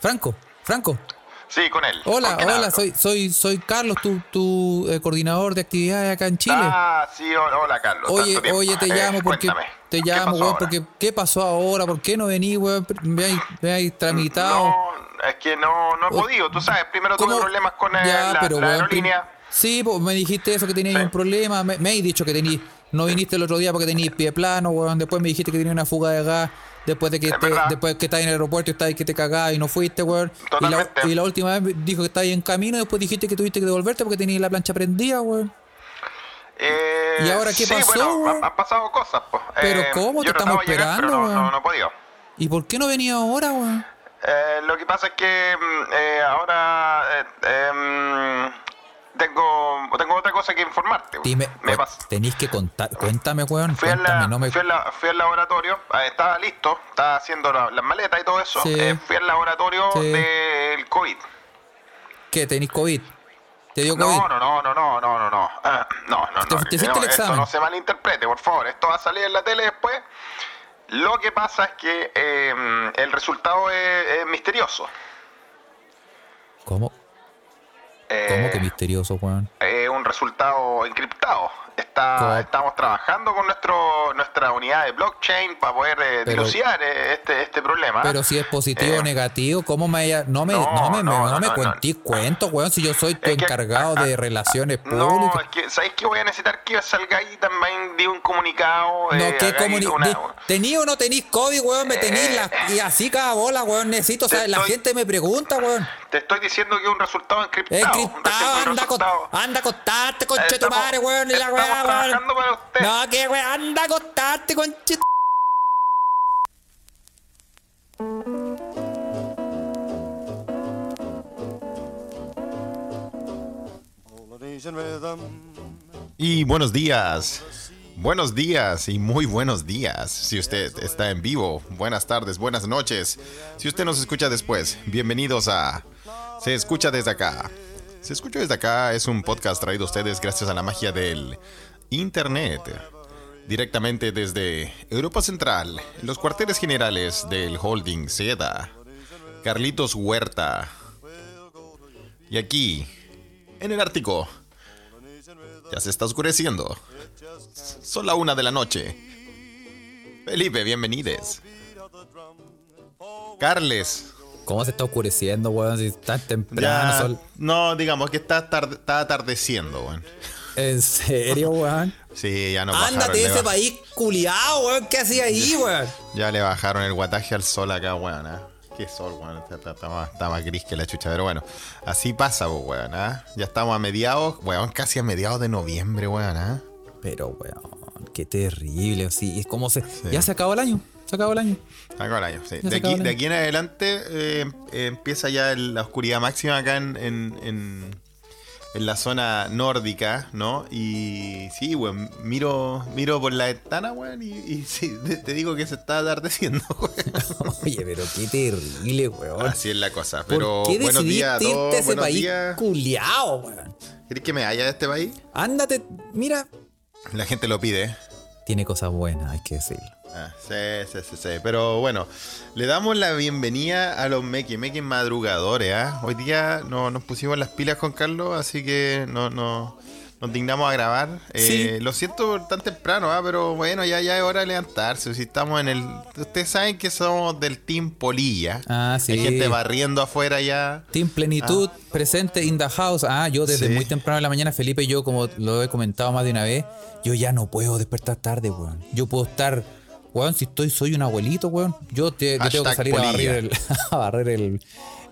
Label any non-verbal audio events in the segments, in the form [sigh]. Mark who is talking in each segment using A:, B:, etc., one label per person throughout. A: Franco, Franco.
B: Sí, con él.
A: Hola,
B: ¿Con quién
A: hola,
B: hablo?
A: soy, soy, soy Carlos, tu, tu eh, coordinador de actividades acá en Chile.
B: Ah, sí, ho- hola Carlos.
A: Oye,
B: tanto tiempo.
A: oye, te
B: Eh,
A: llamo porque
B: cuéntame,
A: te
B: ¿qué
A: llamo,
B: pasó
A: weón,
B: ahora?
A: porque ¿qué pasó ahora? ¿Por qué no venís, weón? Me hay, me hay tramitado.
B: No, es que no, no he
A: O-
B: podido. Tú sabes, primero tuve
A: ¿Cómo?
B: problemas con eh,
A: Ya,
B: la,
A: pero,
B: la
A: weón, prim-
B: aerolínea.
A: Sí, pues me dijiste eso que tenías
B: Sí.
A: un problema, me, me has dicho que tenías no viniste el otro día porque tenías pie plano, weón, después me dijiste que tenías una fuga de gas. Después de que
B: Es
A: te-
B: verdad.
A: después que estás en el aeropuerto y estás que te cagás y no fuiste, weón. Y la,
B: Totalmente.
A: y la última vez dijo que estabas en camino, después dijiste que tuviste que devolverte porque tenías la plancha prendida, weón.
B: Eh,
A: ¿Y ahora qué
B: sí,
A: pasó,
B: Bueno,
A: weón?
B: han- han pasado cosas, pues.
A: Pero
B: Eh,
A: ¿cómo? Te
B: yo trataba
A: estamos
B: de llegar, pero
A: esperando,
B: no,
A: weón.
B: no, no he podido.
A: ¿Y por qué no venía ahora, weón?
B: Eh, lo que pasa es que mm, eh, ahora eh, em, tengo, tengo otra cosa que informarte.
A: Dime,
B: me
A: weón,
B: pas-
A: tenéis que contar, cuéntame, weón,
B: Fui, a
A: cuéntame,
B: la-
A: no me...
B: fui a la- fui al laboratorio, eh, estaba listo, estaba haciendo la- las maletas y todo eso.
A: Sí.
B: eh, fui al laboratorio
A: Sí.
B: del COVID.
A: ¿Qué? ¿Tenís COVID? ¿Te dio COVID?
B: No, no, no, no, no, no, no, no. Ah, no, no,
A: Te-
B: no.
A: te hiciste
B: no,
A: el
B: esto
A: examen.
B: no se malinterprete, por favor. Esto va a salir en la tele después. Lo que pasa es que eh, el resultado es, es misterioso.
A: ¿Cómo?
B: Eh,
A: ¿Cómo que misterioso, weón?
B: es un resultado encriptado. Está,
A: ¿Cómo?
B: Estamos trabajando con nuestro nuestra unidad de blockchain para poder eh,
A: Pero-
B: dilucidar eh, este, este problema.
A: Pero si es positivo
B: eh,
A: o negativo, ¿cómo me haya- no me, no,
B: no, no,
A: me, me- no
B: no,
A: me
B: no,
A: cuentís
B: no.
A: cuentos, weón, si yo soy tu
B: Es que-
A: encargado
B: ah,
A: de
B: ah,
A: relaciones
B: No,
A: públicas.
B: es que, ¿sabéis que voy a necesitar que salgáis también de un comunicado?
A: No,
B: eh,
A: ¿qué
B: hagáis
A: comuni-
B: una-
A: de- ¿Tení o no tenís COVID, weón? Me tenís la- y así cada bola, weón. Necesito,
B: Te
A: ¿sabes? La
B: Eh, estoy-
A: gente me pregunta, weón.
B: Te estoy diciendo que es un resultado encriptado. un
A: Encriptado,
B: reci- un
A: anda a
B: resultado.
A: anda a acostarte, conche tu
B: Estamos-
A: madre, weón. Y la
B: estamos
A: weá, weón.
B: trabajando para usted.
A: No, que weón, anda a acostarte, conche
C: Y buenos días. Buenos días y muy buenos días. Si usted está en vivo, buenas tardes, buenas noches. Si usted nos escucha después, bienvenidos a Se escucha desde acá. Se escucha desde acá es un podcast traído a ustedes gracias a la magia del internet. Directamente desde Europa Central, en los cuarteles generales del holding Seda. Carlitos Huerta. Y aquí, en el Ártico, ya se está oscureciendo. Son la una de la noche. Felipe, bienvenides. Carles.
A: ¿Cómo se está oscureciendo, weón? Si es tan temprano,
C: Ya,
A: sol-
C: no, digamos que está, tarde- está atardeciendo, weón.
A: ¿En serio, weón?
C: Sí, ya no bajaron.
A: Ándate de
C: le
A: ese
C: ba-
A: país culiado, weón. ¿Qué hacía ahí,
C: [laughs]
A: weón?
C: Ya le bajaron el guataje al sol acá, weón. ¿ah? Qué sol, weón. Está, está- está más, está más gris que la chucha. Pero bueno, así pasa, pues, weón. ¿ah? Ya estamos a mediados, weón, casi a mediados de noviembre, weón. ¿ah?
A: Pero, weón, qué terrible. Sí, es como se. Ya se acabó el año. Se acabó el
C: [laughs]
A: año.
C: Acabó el año, sí.
A: Ya se
C: De
A: acabó
C: aquí,
A: el
C: de
A: año.
C: aquí en adelante eh, eh, empieza ya el- la oscuridad máxima acá en, en, en- en la zona nórdica, ¿no? Y sí, weón, miro, miro por la ventana, weón, y, y sí, te, te digo que se está atardeciendo, [laughs] weón.
A: Oye, pero qué terrible, weón.
C: Así es la cosa.
A: ¿Por
C: Pero
A: qué
C: buenos
A: decidiste
C: días a todos,
A: irte a ese
C: buenos
A: país
C: días.
A: culiao, weón?
C: ¿Querés que me haya de este país?
A: Ándate, mira.
C: La gente lo pide, ¿eh?
A: Tiene cosas buenas, hay que decirlo.
C: Ah, sí, sí, sí, sí. Pero bueno, le damos la bienvenida a los Meque Meque madrugadores. ¿ah? Hoy día no, nos pusimos las pilas con Carlos, así que no, no, nos dignamos a grabar. Eh, Lo siento por tan temprano, ¿ah? pero bueno, ya, ya es hora de levantarse. Si estamos en el. Ustedes saben que somos del Team Polilla.
A: Ah, sí.
C: Hay gente barriendo afuera ya.
A: Team Plenitud, presente in the house. Ah, yo desde
C: Ah. Sí.
A: muy temprano en la mañana, Felipe, y yo como lo he comentado más de una vez, yo ya no puedo despertar tarde, weón. Yo puedo estar, weón, si estoy, soy un abuelito, weón. Yo, te, yo tengo que
C: Hashtag
A: salir a
C: polilla.
A: barrer, el, [laughs] a barrer el,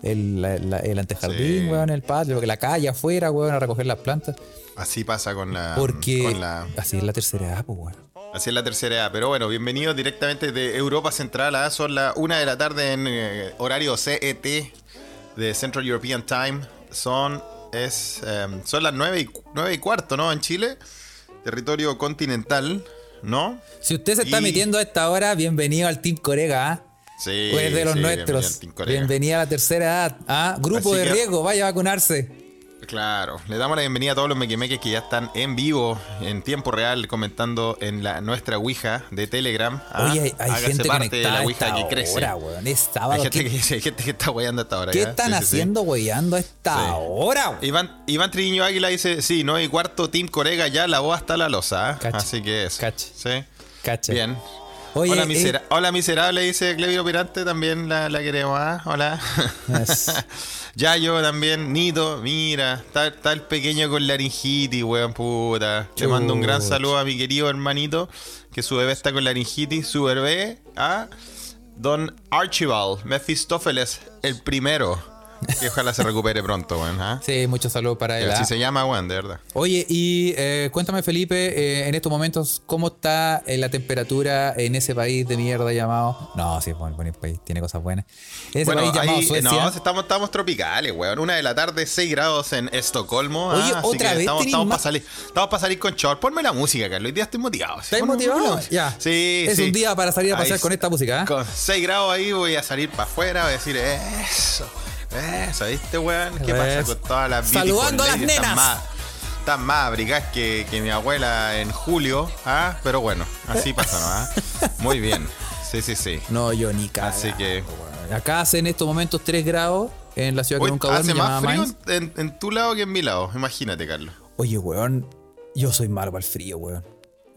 A: el, la- la- el antejardín,
C: Sí.
A: weón, el patio, la calle afuera, weón, a recoger las plantas.
C: Así pasa con la.
A: Porque
C: Ah, Con la
A: así es la tercera edad, pues, weón.
C: Así es la tercera edad, pero bueno, bienvenidos directamente de Europa Central. ¿ah? Son las una de la tarde en eh, horario CET de Central European Time. Son, es, em, son las nueve y, cu- nueve y cuarto, ¿no? En Chile, territorio continental, ¿no?
A: Si usted se está
C: Y-
A: metiendo a esta hora, bienvenido al Team Corega, ¿ah?
C: Sí.
A: Pues de los
C: sí, bienvenido
A: nuestros.
C: al Team Corea.
A: Bienvenida a la tercera edad. ¿ah? Grupo
C: Así
A: de
C: que-
A: riesgo, vaya a vacunarse.
C: Claro, le damos la bienvenida a todos los mequemeques que ya están en vivo, en tiempo real, comentando en la, nuestra Ouija de Telegram. Ah,
A: Oye, hay, hay
C: hágase
A: gente
C: parte de
A: conectada
C: la
A: a
C: Ouija
A: esta
C: que crece.
A: hora, weón. Es
C: Hay
A: sábado.
C: gente,
A: ¿Qué,
C: que, hay gente que está weyando hasta ahora.
A: qué
C: ya.
A: están
C: Sí, sí, sí.
A: haciendo weyando a esta
C: Sí.
A: hora, weón?
C: Iván, Iván Triño Águila dice, sí, no hay cuarto Team Corega, ya lavó hasta la losa. ¿ah?
A: Cacha,
C: Así que es.
A: cacha.
C: Sí.
A: Cacha.
C: Bien.
A: Oye,
C: hola,
A: eh,
C: misera- hola, miserable, dice Clevio Pirante, también la, la queremos. ¿ah? Hola.
A: [laughs]
C: [laughs]
A: Es-
C: ya yo también, Nito, mira, está, está el pequeño con laringitis, weón, puta. Te mando un gran
A: Chuch.
C: saludo a mi querido hermanito, que su bebé está con laringitis, su bebé, a Don Archibald Mephistófeles, el primero. Que ojalá se recupere pronto, weón. ¿ah?
A: Sí, muchos saludos para él.
C: Así
A: ¿ah?
C: se llama, weón, de verdad.
A: Oye, y eh, cuéntame, Felipe, eh, en estos momentos, ¿cómo está eh, la temperatura en ese país de mierda llamado. No, sí, es buen, buen país, tiene cosas buenas. Ese
C: Bueno,
A: país llamado
C: ahí- eh,
A: Suecia.
C: no, estamos, estamos tropicales, weón. Una de la tarde, 6 grados en Estocolmo. ah,
A: Oye,
C: así
A: otra
C: que
A: vez
C: estamos,
A: tenés
C: estamos
A: más-
C: para salir, estamos pa' salir con short. Ponme la música, Carlos. Hoy día estoy motivado.
A: ¿Estáis
C: Ponme- ponme la
A: motivado?
C: música.
A: Ya.
C: Sí,
A: Es
C: sí.
A: un día para salir a
C: Ahí
A: pasear
C: sí.
A: con esta música, ¿eh?
C: Con 6 grados ahí voy a salir para afuera, voy a decir eso. Eso, ¿viste, weón? ¿Qué pasa
A: Eso.
C: con todas las beautiful
A: Saludando a las
C: ladies?
A: nenas.
C: Están más- Están más abrigadas que, que mi abuela en julio, ¿ah? Pero bueno,
A: [laughs]
C: así pasa, ¿no? ¿Ah? Muy bien. Sí, sí, sí.
A: No, yo ni caga,
C: Así que-
A: weón. Acá hace en estos momentos 3 grados en la ciudad
C: Hoy
A: que nunca
C: hace
A: duerme, llamada
C: más frío
A: Mainz.
C: en, en- en tu lado que en mi lado. Imagínate, Carlos.
A: Oye, weón, yo soy malo para el frío, weón.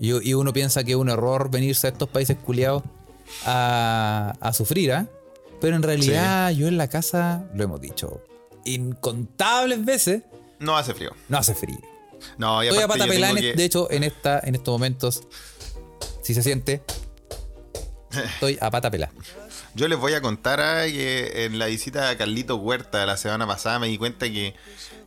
A: Y, y uno piensa que es un error venirse a estos países culiados a, a sufrir, ¿ah? Pero en realidad, yo en la casa, lo hemos dicho, incontables veces,
C: No hace frío.
A: no hace frío.
C: No, y
A: Estoy a
C: aparte yo
A: patapelán,
C: tengo que-
A: de hecho, en, esta, en estos momentos, si se
C: [laughs]
A: siente, estoy a patapelá.
C: Yo les voy a contar ah, que en la visita a Carlito Huerta la semana pasada me di cuenta que,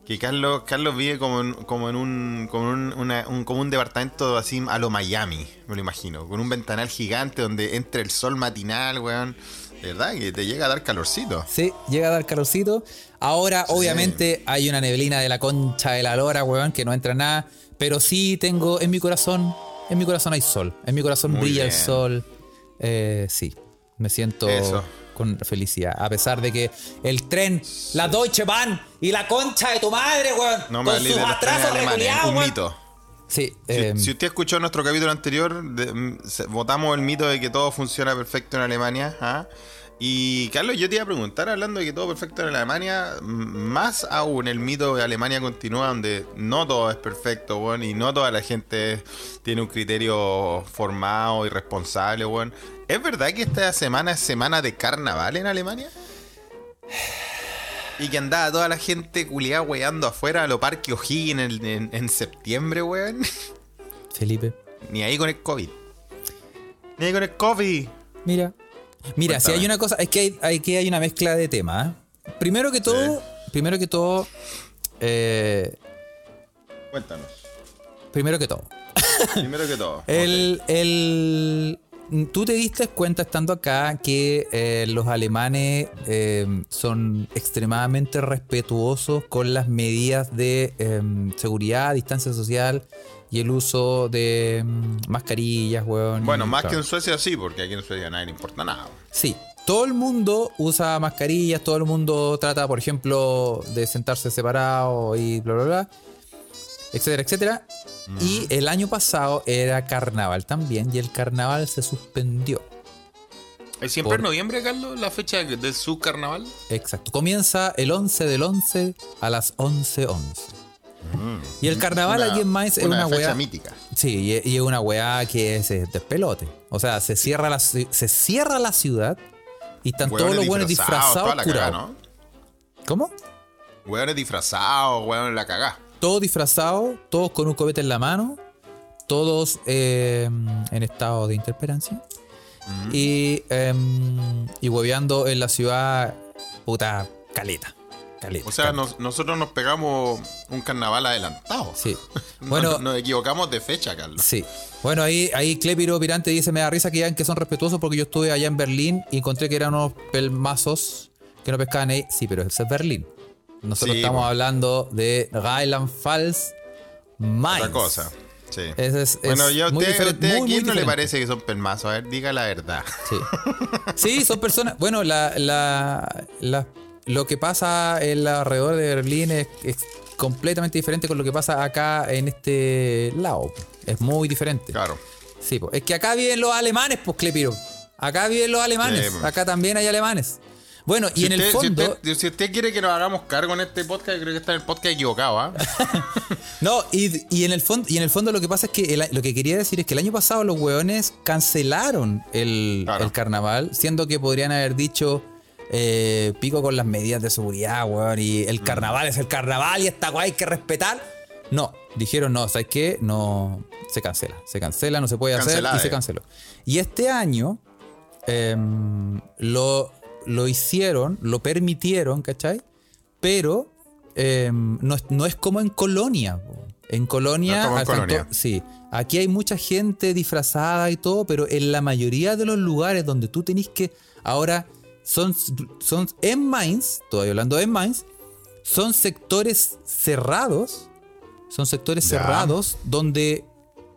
C: que Carlos, Carlos vive como en, como en un, como un, una- un- como un departamento así a lo Miami, me lo imagino, con un ventanal gigante donde entra el sol matinal, weón. De verdad, que te llega a dar calorcito.
A: Sí, llega a dar calorcito. Ahora,
C: Sí.
A: obviamente, hay una neblina de la concha de la lora, weón, que no entra nada. Pero sí tengo en mi corazón, en mi corazón hay sol. En mi corazón
C: Muy
A: brilla el
C: bien.
A: sol. Eh, sí, me siento
C: Eso.
A: con felicidad. A pesar de que el tren, la Deutsche Bahn y la concha de tu madre, weón,
C: No me
A: con
C: hables
A: sus
C: de los trenes
A: atrasos
C: alemanes,
A: reculeados,
C: un
A: weón.
C: mito.
A: Sí,
C: Si,
A: eh,
C: si usted escuchó nuestro capítulo anterior, de- mm, se- votamos el mito de que todo funciona perfecto en Alemania. ¿ah? Y Carlos, yo te iba a preguntar, hablando de que todo perfecto en Alemania, mm, más aún el mito de Alemania continúa, donde no todo es perfecto, weón, y no toda la gente tiene un criterio formado y responsable, weón. ¿Es verdad que esta semana es semana de carnaval en Alemania? Y que andaba toda la gente culiada weando afuera a lo parque O'Higgins en, en- en septiembre, weón.
A: Felipe,
C: Ni ahí con el COVID. Ni ahí con el COVID.
A: Mira. Mira, si
C: Cuéntame.
A: hay una cosa, es que hay, hay que hay una mezcla de temas. ¿eh? Primero que todo, primero que todo, eh,
C: Cuéntanos. [coughs]
A: primero que todo,
C: Primero que todo.
A: el, el- tú te diste cuenta estando acá que eh, los alemanes eh, son extremadamente respetuosos con las medidas de eh, seguridad, distancia social y el uso de mm, mascarillas,
C: Ok.
A: weón.
C: Bueno,
A: y
C: más
A: claro.
C: que en Suecia sí, porque aquí en Suecia a nadie le importa nada.
A: Sí, todo el mundo usa mascarillas, todo el mundo trata, por ejemplo, de sentarse separado y bla, bla, bla, etcétera, etcétera.
C: Mm.
A: Y el año pasado era carnaval también y el carnaval se suspendió.
C: ¿Es siempre
A: Por-
C: en noviembre, Carlos, la fecha de su carnaval?
A: Exacto. Comienza el 11 del 11 a las 11.11. Y el carnaval
C: Mm. Una-
A: aquí en Mainz es una,
C: fecha
A: weá.
C: mítica.
A: Sí, y- y es una weá que es eh, despelote. O sea, se cierra la, ci- se cierra la ciudad y están todos
C: Weones
A: los buenos disfrazados,
C: toda la cagá,
A: curados.
C: ¿no?
A: ¿Cómo?
C: Weones disfrazados, weón, la cagá.
A: todos disfrazados, todos con un copete en la mano, todos eh, en estado de interperancia.
C: Mm.
A: Y, eh, y hueveando en la ciudad, puta, caleta. caleta
C: O sea,
A: caleta.
C: nos- nosotros nos pegamos un carnaval adelantado.
A: Sí.
C: [laughs] No-
A: Bueno,
C: nos equivocamos de fecha, Carlos.
A: Sí. Bueno, ahí, ahí Clepiro Pirante dice, me da risa que digan que son respetuosos porque yo estuve allá en Berlín y encontré que eran unos pelmazos que no pescaban ahí. Sí, pero eso es Berlín. Nosotros
C: Sí,
A: estamos
C: po.
A: hablando de Rheinland-Pfalz, Mainz.
C: Otra cosa. Sí.
A: Ese es-
C: bueno,
A: es
C: ya a
A: muy
C: usted, a
A: diferente,
C: usted
A: muy,
C: a quién
A: muy
C: no le
A: diferente.
C: parece que son pelmazos. A ver, diga la verdad.
A: Sí. Sí, son personas. Bueno, la, la, la- lo que pasa en la- alrededor de Berlín es, es completamente diferente con lo que pasa acá en este lado. Es muy diferente.
C: Claro.
A: Sí, po. es que acá viven los alemanes, pues Clepiro. Acá viven los alemanes.
C: Sí, pues.
A: acá también hay alemanes. Bueno, y
C: Si
A: en el
C: usted- si
A: fondo.
C: usted- si usted quiere que nos hagamos cargo en este podcast, creo que está en el podcast equivocado, ¿ah?
A: No, y, y en el fondo, y en el fondo lo que pasa es que el a- lo que quería decir es que el año pasado los hueones cancelaron el,
C: Claro.
A: el carnaval, siendo que podrían haber dicho eh, pico con las medidas de seguridad, weón, y el carnaval es el carnaval y esta guay hay que respetar. No, dijeron no, ¿sabes qué? No, se cancela, se cancela, no se puede hacer
C: Cancelade.
A: y se canceló. Y este año em, lo, lo hicieron, lo permitieron, ¿cachai? Pero em, no, es- no es como en Colonia. po. En Colonia,
C: No es como en
A: al tanto-
C: Colonia.
A: sí, aquí hay mucha gente disfrazada y todo, pero en la mayoría de los lugares donde tú tenés que ahora son, son en Mainz, todavía hablando de Mainz, son sectores cerrados, son sectores
C: Ya.
A: cerrados donde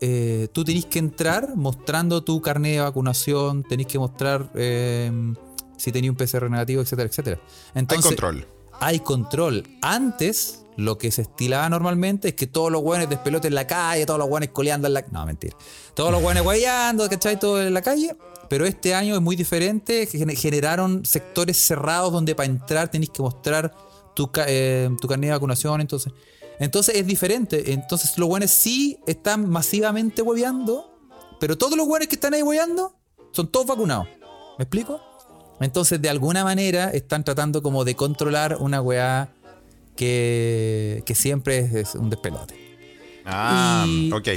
A: eh, tú tenés que entrar mostrando tu carnet de vacunación, tenés que mostrar eh, si tenías un PCR negativo, etcétera, etcétera.
C: Hay
A: Entonces,
C: control.
A: hay control. Antes, lo que se estilaba normalmente es que todos los hueones despelotes en la calle, todos los hueones coleando en la... No, mentira. Todos los hueones guayando, ¿cachai? Todo en la calle. Pero este año es muy diferente. Gen- Generaron sectores cerrados donde para entrar tenés que mostrar tu, ca- eh, tu carnet de vacunación. Entonces, entonces es diferente. Entonces los hueones sí están masivamente hueveando. Pero todos los hueones que están ahí hueveando son todos vacunados. ¿Me explico? Entonces, de alguna manera, están tratando como de controlar una weá que, que siempre es, es un despelote.
C: Ah,
A: Y-
C: ok.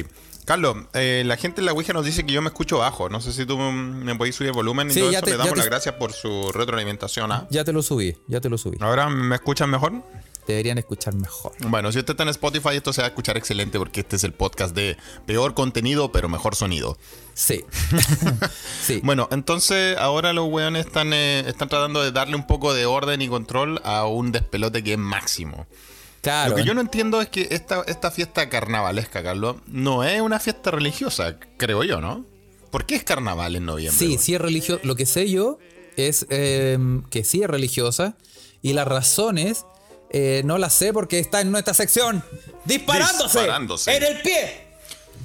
C: Carlos, eh, la gente en la Ouija nos dice que yo me escucho bajo. No sé si tú mm, me podéis subir el volumen y
A: Sí,
C: todo
A: ya
C: eso.
A: te-
C: Le
A: ya
C: damos
A: te-
C: las gracias por su retroalimentación. ¿ah?
A: Ya te lo subí, ya te lo subí.
C: ¿Ahora me escuchan mejor?
A: Deberían escuchar mejor.
C: Bueno, si usted está en Spotify, esto se va a escuchar excelente porque este es el podcast de peor contenido, pero mejor sonido. [laughs]
A: Sí. [laughs] sí.
C: Bueno, entonces ahora los weones están, eh, están tratando de darle un poco de orden y control a un despelote que es máximo.
A: claro.
C: Lo que yo no entiendo es que esta, esta fiesta carnavalesca, Carlos, no es una fiesta religiosa, creo yo, ¿no? ¿Por qué es carnaval en noviembre?
A: Sí,
C: weón?
A: sí es religiosa. Lo que sé yo es em, que sí es religiosa y las razones eh, no las sé porque está en nuestra sección. ¡Disparándose!
C: Disparándose.
A: ¡En el pie!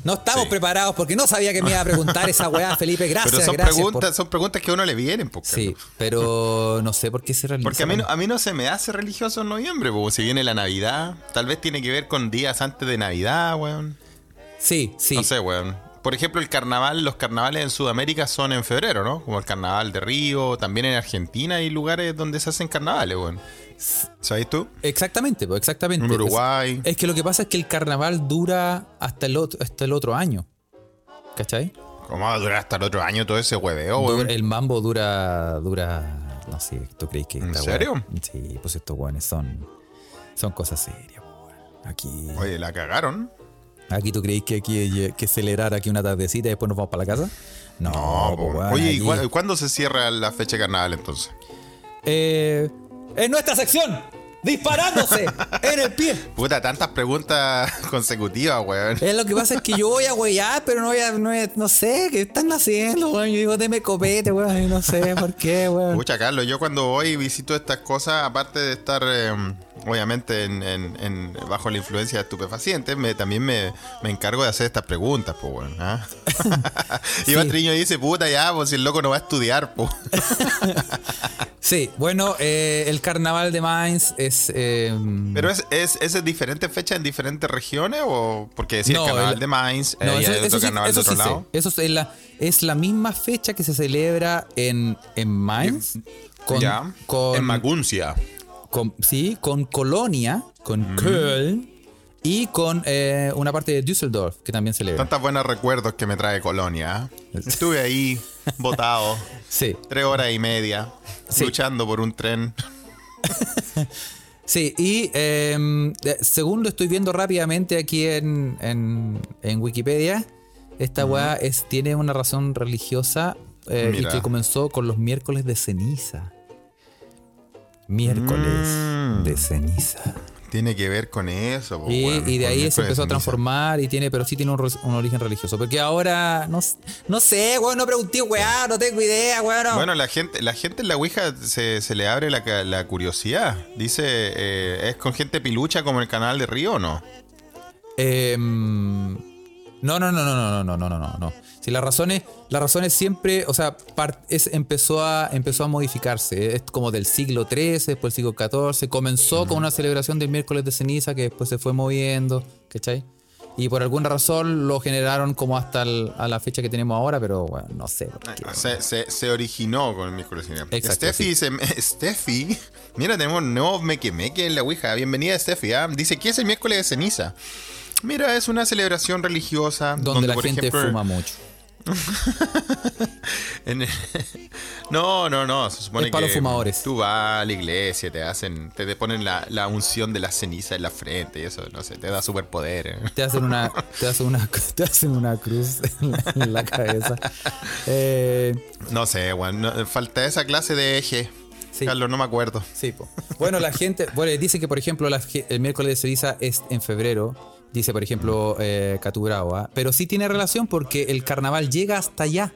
A: No estamos
C: Sí.
A: preparados porque no sabía que me iba a preguntar esa weá, Ah, Felipe. Gracias,
C: Pero son
A: gracias. por-
C: preguntas, son preguntas que a uno le vienen, po,
A: Sí,
C: Carlos.
A: pero
C: [laughs]
A: no sé por qué se realiza.
C: Porque a mí, no- a mí no se me hace religioso en noviembre, po, si viene la Navidad, tal vez tiene que ver con días antes de Navidad, weón.
A: Sí, sí.
C: No sé, weón. Por ejemplo, el carnaval, los carnavales en Sudamérica son en febrero, ¿no? Como el carnaval de Río, también en Argentina hay lugares donde se hacen carnavales, weón. ¿Sabes tú?
A: Exactamente, pues, exactamente.
C: En Uruguay.
A: Es, es que lo que pasa es que el carnaval dura hasta el otro, hasta el otro año. ¿Cachai?
C: ¿Cómo va a durar hasta el otro año todo ese hueveo,
A: Dura-
C: weón?
A: el mambo dura. dura. No sé, ¿tú crees que
C: ¿En
A: esta
C: serio?
A: wea- Sí, pues estos guanes son. Son cosas serias, po, weón. Aquí.
C: Oye, la cagaron.
A: Aquí tú crees que aquí hay que celebrar aquí una tardecita y después nos vamos para la casa. No,
C: No,
A: po,
C: po.
A: weón,
C: Oye, ¿y
A: aquí-
C: cuá- cuándo se cierra la fecha de carnaval entonces?
A: Eh, en nuestra sección,
C: [laughs]
A: disparándose en el pie.
C: Puta, tantas preguntas [laughs] consecutivas, weón.
A: Es lo que pasa es que yo voy a huellar, pero no voy a, no, voy a- no sé, ¿qué están haciendo, weón? Yo digo, deme copete, weón, y no sé por qué, weón.
C: Pucha, Carlos, yo cuando voy y visito estas cosas, aparte de estar eh, obviamente en- en- en- bajo la influencia de estupefacientes, me, también me, me encargo de hacer estas preguntas, pues, weón.
A: [laughs]
C: ¿ah? [laughs] y
A: Sí.
C: Patriño dice, puta, ya, pues si el loco no va a estudiar, pues.
A: Sí, bueno, eh, el carnaval de Mainz es... eh,
C: Pero es, es, es en diferentes fechas en diferentes regiones o porque decía
A: No,
C: el carnaval
A: el-
C: de Mainz, eh,
A: no,
C: y
A: eso,
C: hay
A: eso
C: otro
A: sí-
C: carnaval
A: eso
C: de otro
A: sí sé.
C: lado.
A: Eso es la, es la misma fecha que se celebra en, en Mainz. Con,
C: ya.
A: con-
C: en Maguncia.
A: con- sí, con Colonia,
C: Mm.
A: con Köln y con eh, una parte de Düsseldorf que también celebra.
C: Tantas buenos recuerdos que me trae Colonia. ¿eh? Estuve ahí,
A: [laughs]
C: botado,
A: Sí.
C: tres horas y media,
A: Sí.
C: luchando por un tren. [laughs]
A: Sí, y em, de- según lo estoy viendo rápidamente aquí en, en- en Wikipedia, esta weá es, tiene una razón religiosa eh, y
C: Mira.
A: que comenzó con los miércoles de ceniza. Miércoles
C: Mm.
A: de ceniza.
C: Tiene que ver con eso. po,
A: Y,
C: weón,
A: y de
C: con
A: ahí se
C: miércoles
A: empezó a
C: de ceniza.
A: transformar y tiene, pero sí tiene un, ro- un origen religioso. Porque ahora, no, s- no sé, weón, no pregunté, weá, no tengo idea, weón. no.
C: Bueno, la gente, la gente en la Ouija se, se le abre la, ca- la curiosidad. Dice, eh, ¿es con gente pilucha como el canal de Río o no?
A: Em, no, no, no, no, no, no, no, no, no, no, no. Si las razones, las razones siempre, o sea, par- es, empezó, a, empezó a modificarse. Es como del siglo XIII, después del siglo XIV. Comenzó con una celebración del miércoles de ceniza que después se fue moviendo, ¿cachai? Y por alguna razón lo generaron como hasta el- a la fecha que tenemos ahora, pero bueno, no sé. por qué.
C: Se, se- se originó con el miércoles de ceniza.
A: Exacto,
C: Steffi
A: sí.
C: dice, [laughs] Steffi, mira, tenemos un nuevo mequemeque en la Ouija. Bienvenida, Steffi. ah. Dice, ¿qué es el miércoles de ceniza? Mira, es una celebración religiosa
A: Donde, la gente fuma mucho.
C: En- [laughs] no, no, no. Se supone
A: Es para
C: que
A: los fumadores.
C: Tú vas a la iglesia, te hacen, te, te ponen la, la unción de la ceniza en la frente y eso, no sé, te da superpoder. ¿eh?
A: Te hacen una, te hacen una, [laughs] te hacen una cruz en la, en la cabeza. Eh,
C: [laughs] No sé, weón. no- falta esa clase de eje.
A: Sí.
C: Carlos, no me acuerdo.
A: Sí, po. Bueno, la gente, bueno, dice que por ejemplo la ge- el miércoles de ceniza es en febrero, dice por ejemplo eh, Caturao, ¿ah? pero sí tiene relación porque el carnaval llega hasta allá.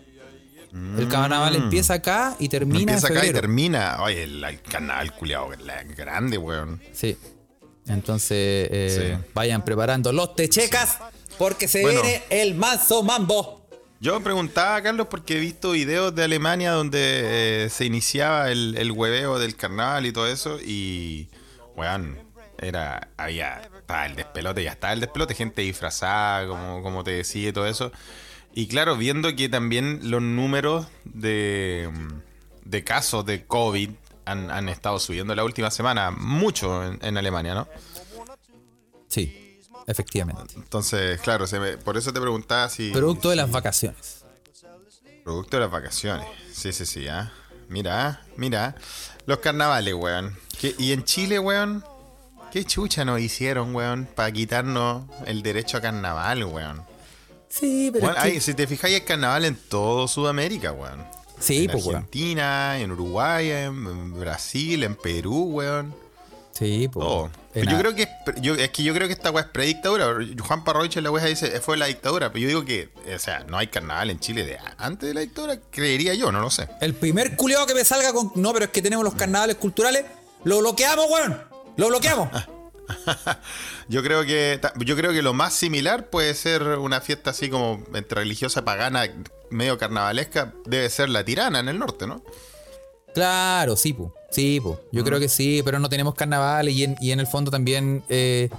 A: El carnaval empieza acá y termina
C: Mm. Empieza
A: en
C: acá y
A: febrero.
C: termina. Oye, el, el canal culiao, la grande, weón.
A: sí. Entonces, eh,
C: Sí.
A: vayan preparando los techecas porque se
C: Bueno.
A: viene el manso mambo.
C: Yo preguntaba, Carlos, porque he visto videos de Alemania donde eh, se iniciaba el, el hueveo del carnaval y todo eso, y, weón, era, había, estaba el despelote, ya estaba el despelote, gente disfrazada, como, como te decía y todo eso. Y claro, viendo que también los números de, de casos de COVID han, han estado subiendo la última semana, mucho en, en Alemania, ¿no?
A: Sí, efectivamente.
C: Entonces, claro, se me- por eso te preguntaba si...
A: Producto de las vacaciones.
C: Producto de las vacaciones. Sí, sí, sí, ah. Mira, ah, mira. Los carnavales, weón. ¿Qué- y en Chile, weón. ¿Qué chucha nos hicieron, weón? Para quitarnos el derecho a carnaval, weón.
A: Sí, pero
C: Weón,
A: es que-
C: ay, si te fijáis, el carnaval en todo Sudamérica, weón.
A: Sí,
C: en
A: pues, weón.
C: Argentina, en Uruguay, en, en Brasil, en Perú, weón.
A: sí, po.
C: Todo.
A: En
C: Pero Oh. yo
A: a-
C: creo que es, pre- yo, es que yo creo que esta weá es predictadura. Juan Parroiche en la weá dice, eh, fue la dictadura. Pero yo digo que, eh, o sea, no hay carnaval en Chile de antes de la dictadura, creería yo, no lo sé.
A: El primer culeado que me salga con. No, pero es que tenemos los carnavales culturales. Lo bloqueamos, weón. Lo bloqueamos.
C: Yo creo que ta- yo creo que lo más similar puede ser una fiesta así como entre religiosa pagana, medio carnavalesca, debe ser la tirana en el norte, ¿no?
A: Claro, sí, po. Sí, po. Yo creo que sí, pero no tenemos carnavales y en, y en el fondo también. eh,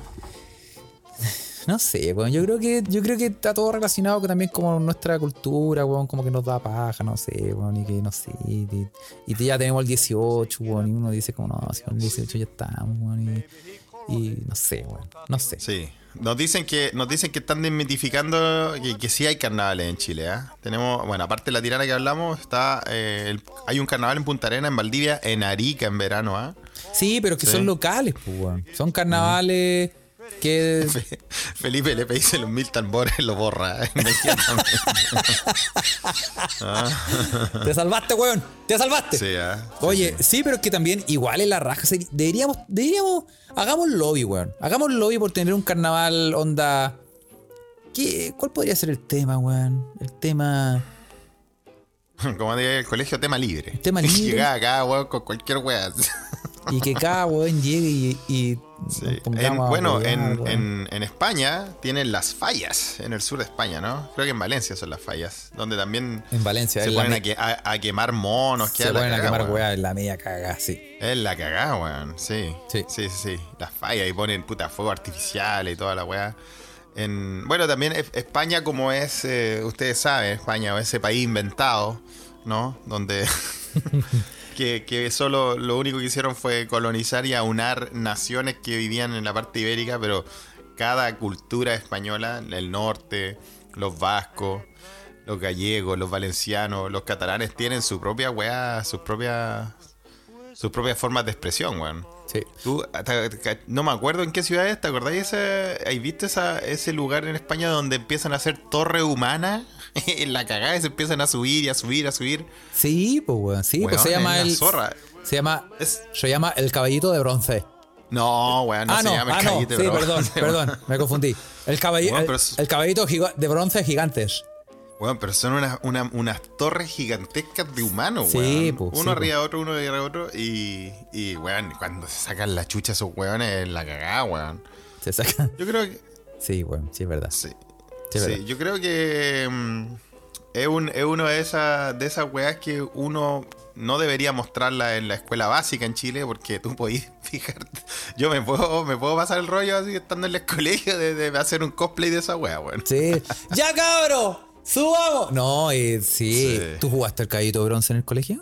A: [sighs] no sé, weón. Yo creo que, yo creo que está todo relacionado con, también como nuestra cultura, weón, como que nos da paja, no sé, weón, y que no sé. Y, y ya tenemos el 18, weón, y uno dice como, no, si con el 18 ya estamos, weón. Y, y no sé, weón. No sé.
C: Sí. Nos dicen que nos dicen que están desmitificando que, que sí hay carnavales en Chile, ¿ah? Tenemos, bueno, aparte de la tirana que hablamos, está eh, el- hay un carnaval en Punta Arena, en Valdivia, en Arica en verano, ¿ah?
A: Sí, pero que
C: Sí.
A: son locales, po, weón. Son carnavales
C: [laughs]
A: que.
C: Fe- Felipe le dice los mil tambores, lo borra. ¿eh?
A: [laughs]
C: Inmediatamente.
A: Te salvaste, weón. Te salvaste.
C: sí, ¿ah?
A: Oye, sí, pero es que también igual en la raja. se- Deberíamos, deberíamos, hagamos lobby, weón. Hagamos lobby por tener un carnaval onda. ¿Qué, ¿Cuál podría ser el tema, weón? El tema.
C: Como diría el colegio, tema libre. [laughs]
A: Tema libre.
C: Llegaba acá, weón, con cualquier weá.
A: Y
C: [laughs]
A: que cada weón llegue y. y
C: Sí.
A: nos pongamos
C: En-
A: a
C: bueno,
A: huevear,
C: en,
A: weón.
C: en- en España tienen las fallas, en el sur de España, ¿no? Creo que en Valencia son las fallas, donde también
A: En Valencia,
C: se
A: en la
C: ponen a,
A: me-
C: que- a- a quemar monos.
A: se
C: queda la
A: ponen a
C: cagá,
A: quemar
C: weón.
A: weón en la media cagada, sí.
C: Es la cagada, weón. Sí.
A: Sí.
C: Sí. Sí, sí, Las fallas y ponen puta fuego artificial y toda la weá. En, bueno, también es- España, como es, eh, ustedes saben, España, ese país inventado, ¿no? Donde. [laughs] que, que solo lo único que hicieron fue colonizar y aunar naciones que vivían en la parte ibérica, pero cada cultura española, el norte, los vascos, los gallegos, los valencianos, los catalanes, tienen su propia weá, sus propias sus propias formas de expresión, weón.
A: Sí.
C: Tú, hasta- ca- no me acuerdo en qué ciudad es, ¿te acordáis? Ese, ¿Hay visto esa- ese lugar en España donde empiezan a hacer torre humana? [laughs] en la cagada y se empiezan a subir y a subir, a subir.
A: Sí, pues weón, sí, pues
C: Weón,
A: se llama
C: es la
A: el.
C: zorra.
A: Se llama.
C: Es-
A: Se llama el caballito de bronce.
C: No, weón, no
A: ah,
C: se
A: no,
C: llama el
A: ah, no.
C: Cayete,
A: Sí,
C: bro. [laughs]
A: perdón, perdón, me confundí. El, caballi-
C: Bueno,
A: el-
C: pero es-
A: el caballito giga- de bronce gigantes.
C: Weón, pero son unas, una- unas torres gigantescas de humanos,
A: Sí,
C: weón.
A: po, sí, pues.
C: uno arriba
A: po.
C: de otro, uno arriba de otro. Y, y, weón, cuando se sacan la chucha esos weones, es la cagada, weón.
A: Se saca. [laughs]
C: Yo creo que.
A: Sí, bueno, sí es verdad.
C: Sí.
A: Sí, es
C: Sí,
A: verdad.
C: yo creo que mm, es, un, es uno de esas, de esas weas que uno no debería mostrarla en la escuela básica en Chile porque tú podías [laughs] fijarte. Yo me puedo, me puedo pasar el rollo así estando en el colegio de, de hacer un cosplay de esa wea, weón.
A: Sí. ¡Ya, cabro! ¡Subamos! No, eh, sí.
C: Sí.
A: ¿Tú jugaste al caballito de bronce en el colegio?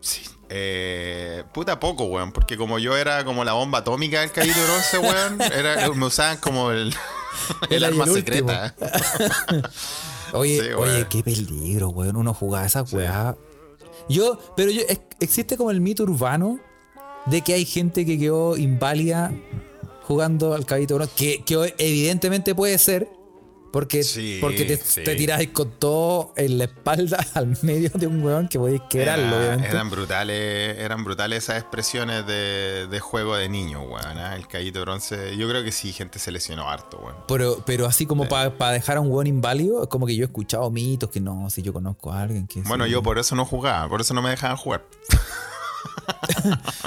C: Sí. Eh, puta poco, weón, porque como yo era como la bomba atómica del caído de bronce, weón, era- me usaban como el, [laughs]
A: Era
C: el
A: el
C: arma
A: último.
C: secreta.
A: Oye,
C: Sí,
A: oye,
C: weón.
A: qué peligro, weón. Uno jugaba esa weá. Yo, pero yo, es- existe como el mito urbano de que hay gente que quedó inválida jugando al caballito de bronce, que, que hoy evidentemente puede ser, porque,
C: Sí,
A: porque te,
C: sí.
A: te tirás con todo en la espalda [laughs] al medio de un weón que podéis quebrarlo,
C: Era-
A: obviamente.
C: eran brutales, eran brutales esas expresiones de, de juego de niño, weón. ¿ah? El caído de bronce, yo creo que sí, gente se lesionó harto, weón.
A: Pero, pero así como para dejar a un weón inválido, es como que yo he escuchado mitos que no, si yo conozco a alguien que...
C: Bueno,
A: sí.
C: yo por eso no jugaba, por eso no me
A: [laughs]
C: dejaban jugar.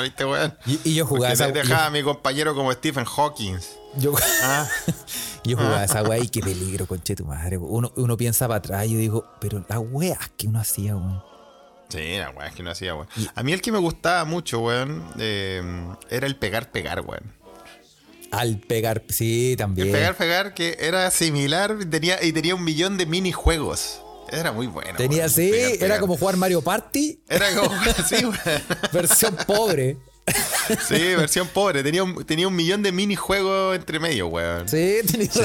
C: ¿Viste, weón?
A: Y, y yo jugaba
C: Porque
A: esa
C: de- dejaba a mi compañero como Stephen Hawking.
A: Yo,
C: Ah.
A: [laughs] yo jugaba esa weá y qué peligro, conche tu madre. weón. Uno, uno piensa para atrás y yo digo, pero las weas que uno hacía, weón.
C: Sí, la weá, es que no hacía, weón. A mí el que me gustaba mucho, weón, eh, era el pegar, pegar, weón.
A: Al pegar, sí, también.
C: El pegar, pegar, que era similar tenía, y tenía un millón de minijuegos. Era muy bueno.
A: Tenía
C: weón,
A: así,
C: pegar,
A: era
C: pegar.
A: como jugar Mario Party, [laughs]
C: Era como. sí, weón.
A: versión
C: [laughs]
A: pobre.
C: Sí, versión pobre. Tenía un, tenía un millón de minijuegos entre medio, weón. Sí.
A: Sí, tenías
C: Sí.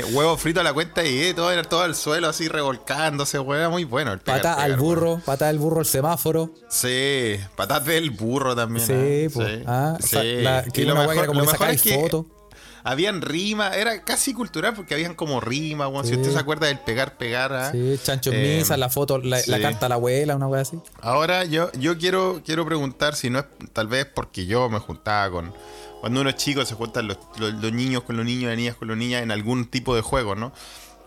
A: razón.
C: huevo frito a la cuenta y eh, todo era todo al suelo así revolcándose, weón. Era muy bueno el pegar,
A: Pata al
C: pegar,
A: burro,
C: weón.
A: pata al burro al semáforo.
C: Sí, patas del burro también.
A: Sí,
C: ah,
A: po. Ah, o sea, la- que
C: Y
A: una weá que era como que sacáis foto.
C: habían rima, era casi cultural porque habían como rima, weón.
A: Sí.
C: Si usted se acuerda del pegar, pegar. ah.
A: Sí, chancho en
C: Eh,
A: misa, la foto, la, la
C: sí.
A: carta a la abuela, una wea así.
C: Ahora yo, yo quiero, quiero preguntar si no es tal vez porque yo me juntaba con... Cuando unos chicos se juntan los, los- los niños con los niños, las niñas con las niñas en algún tipo de juego, ¿no?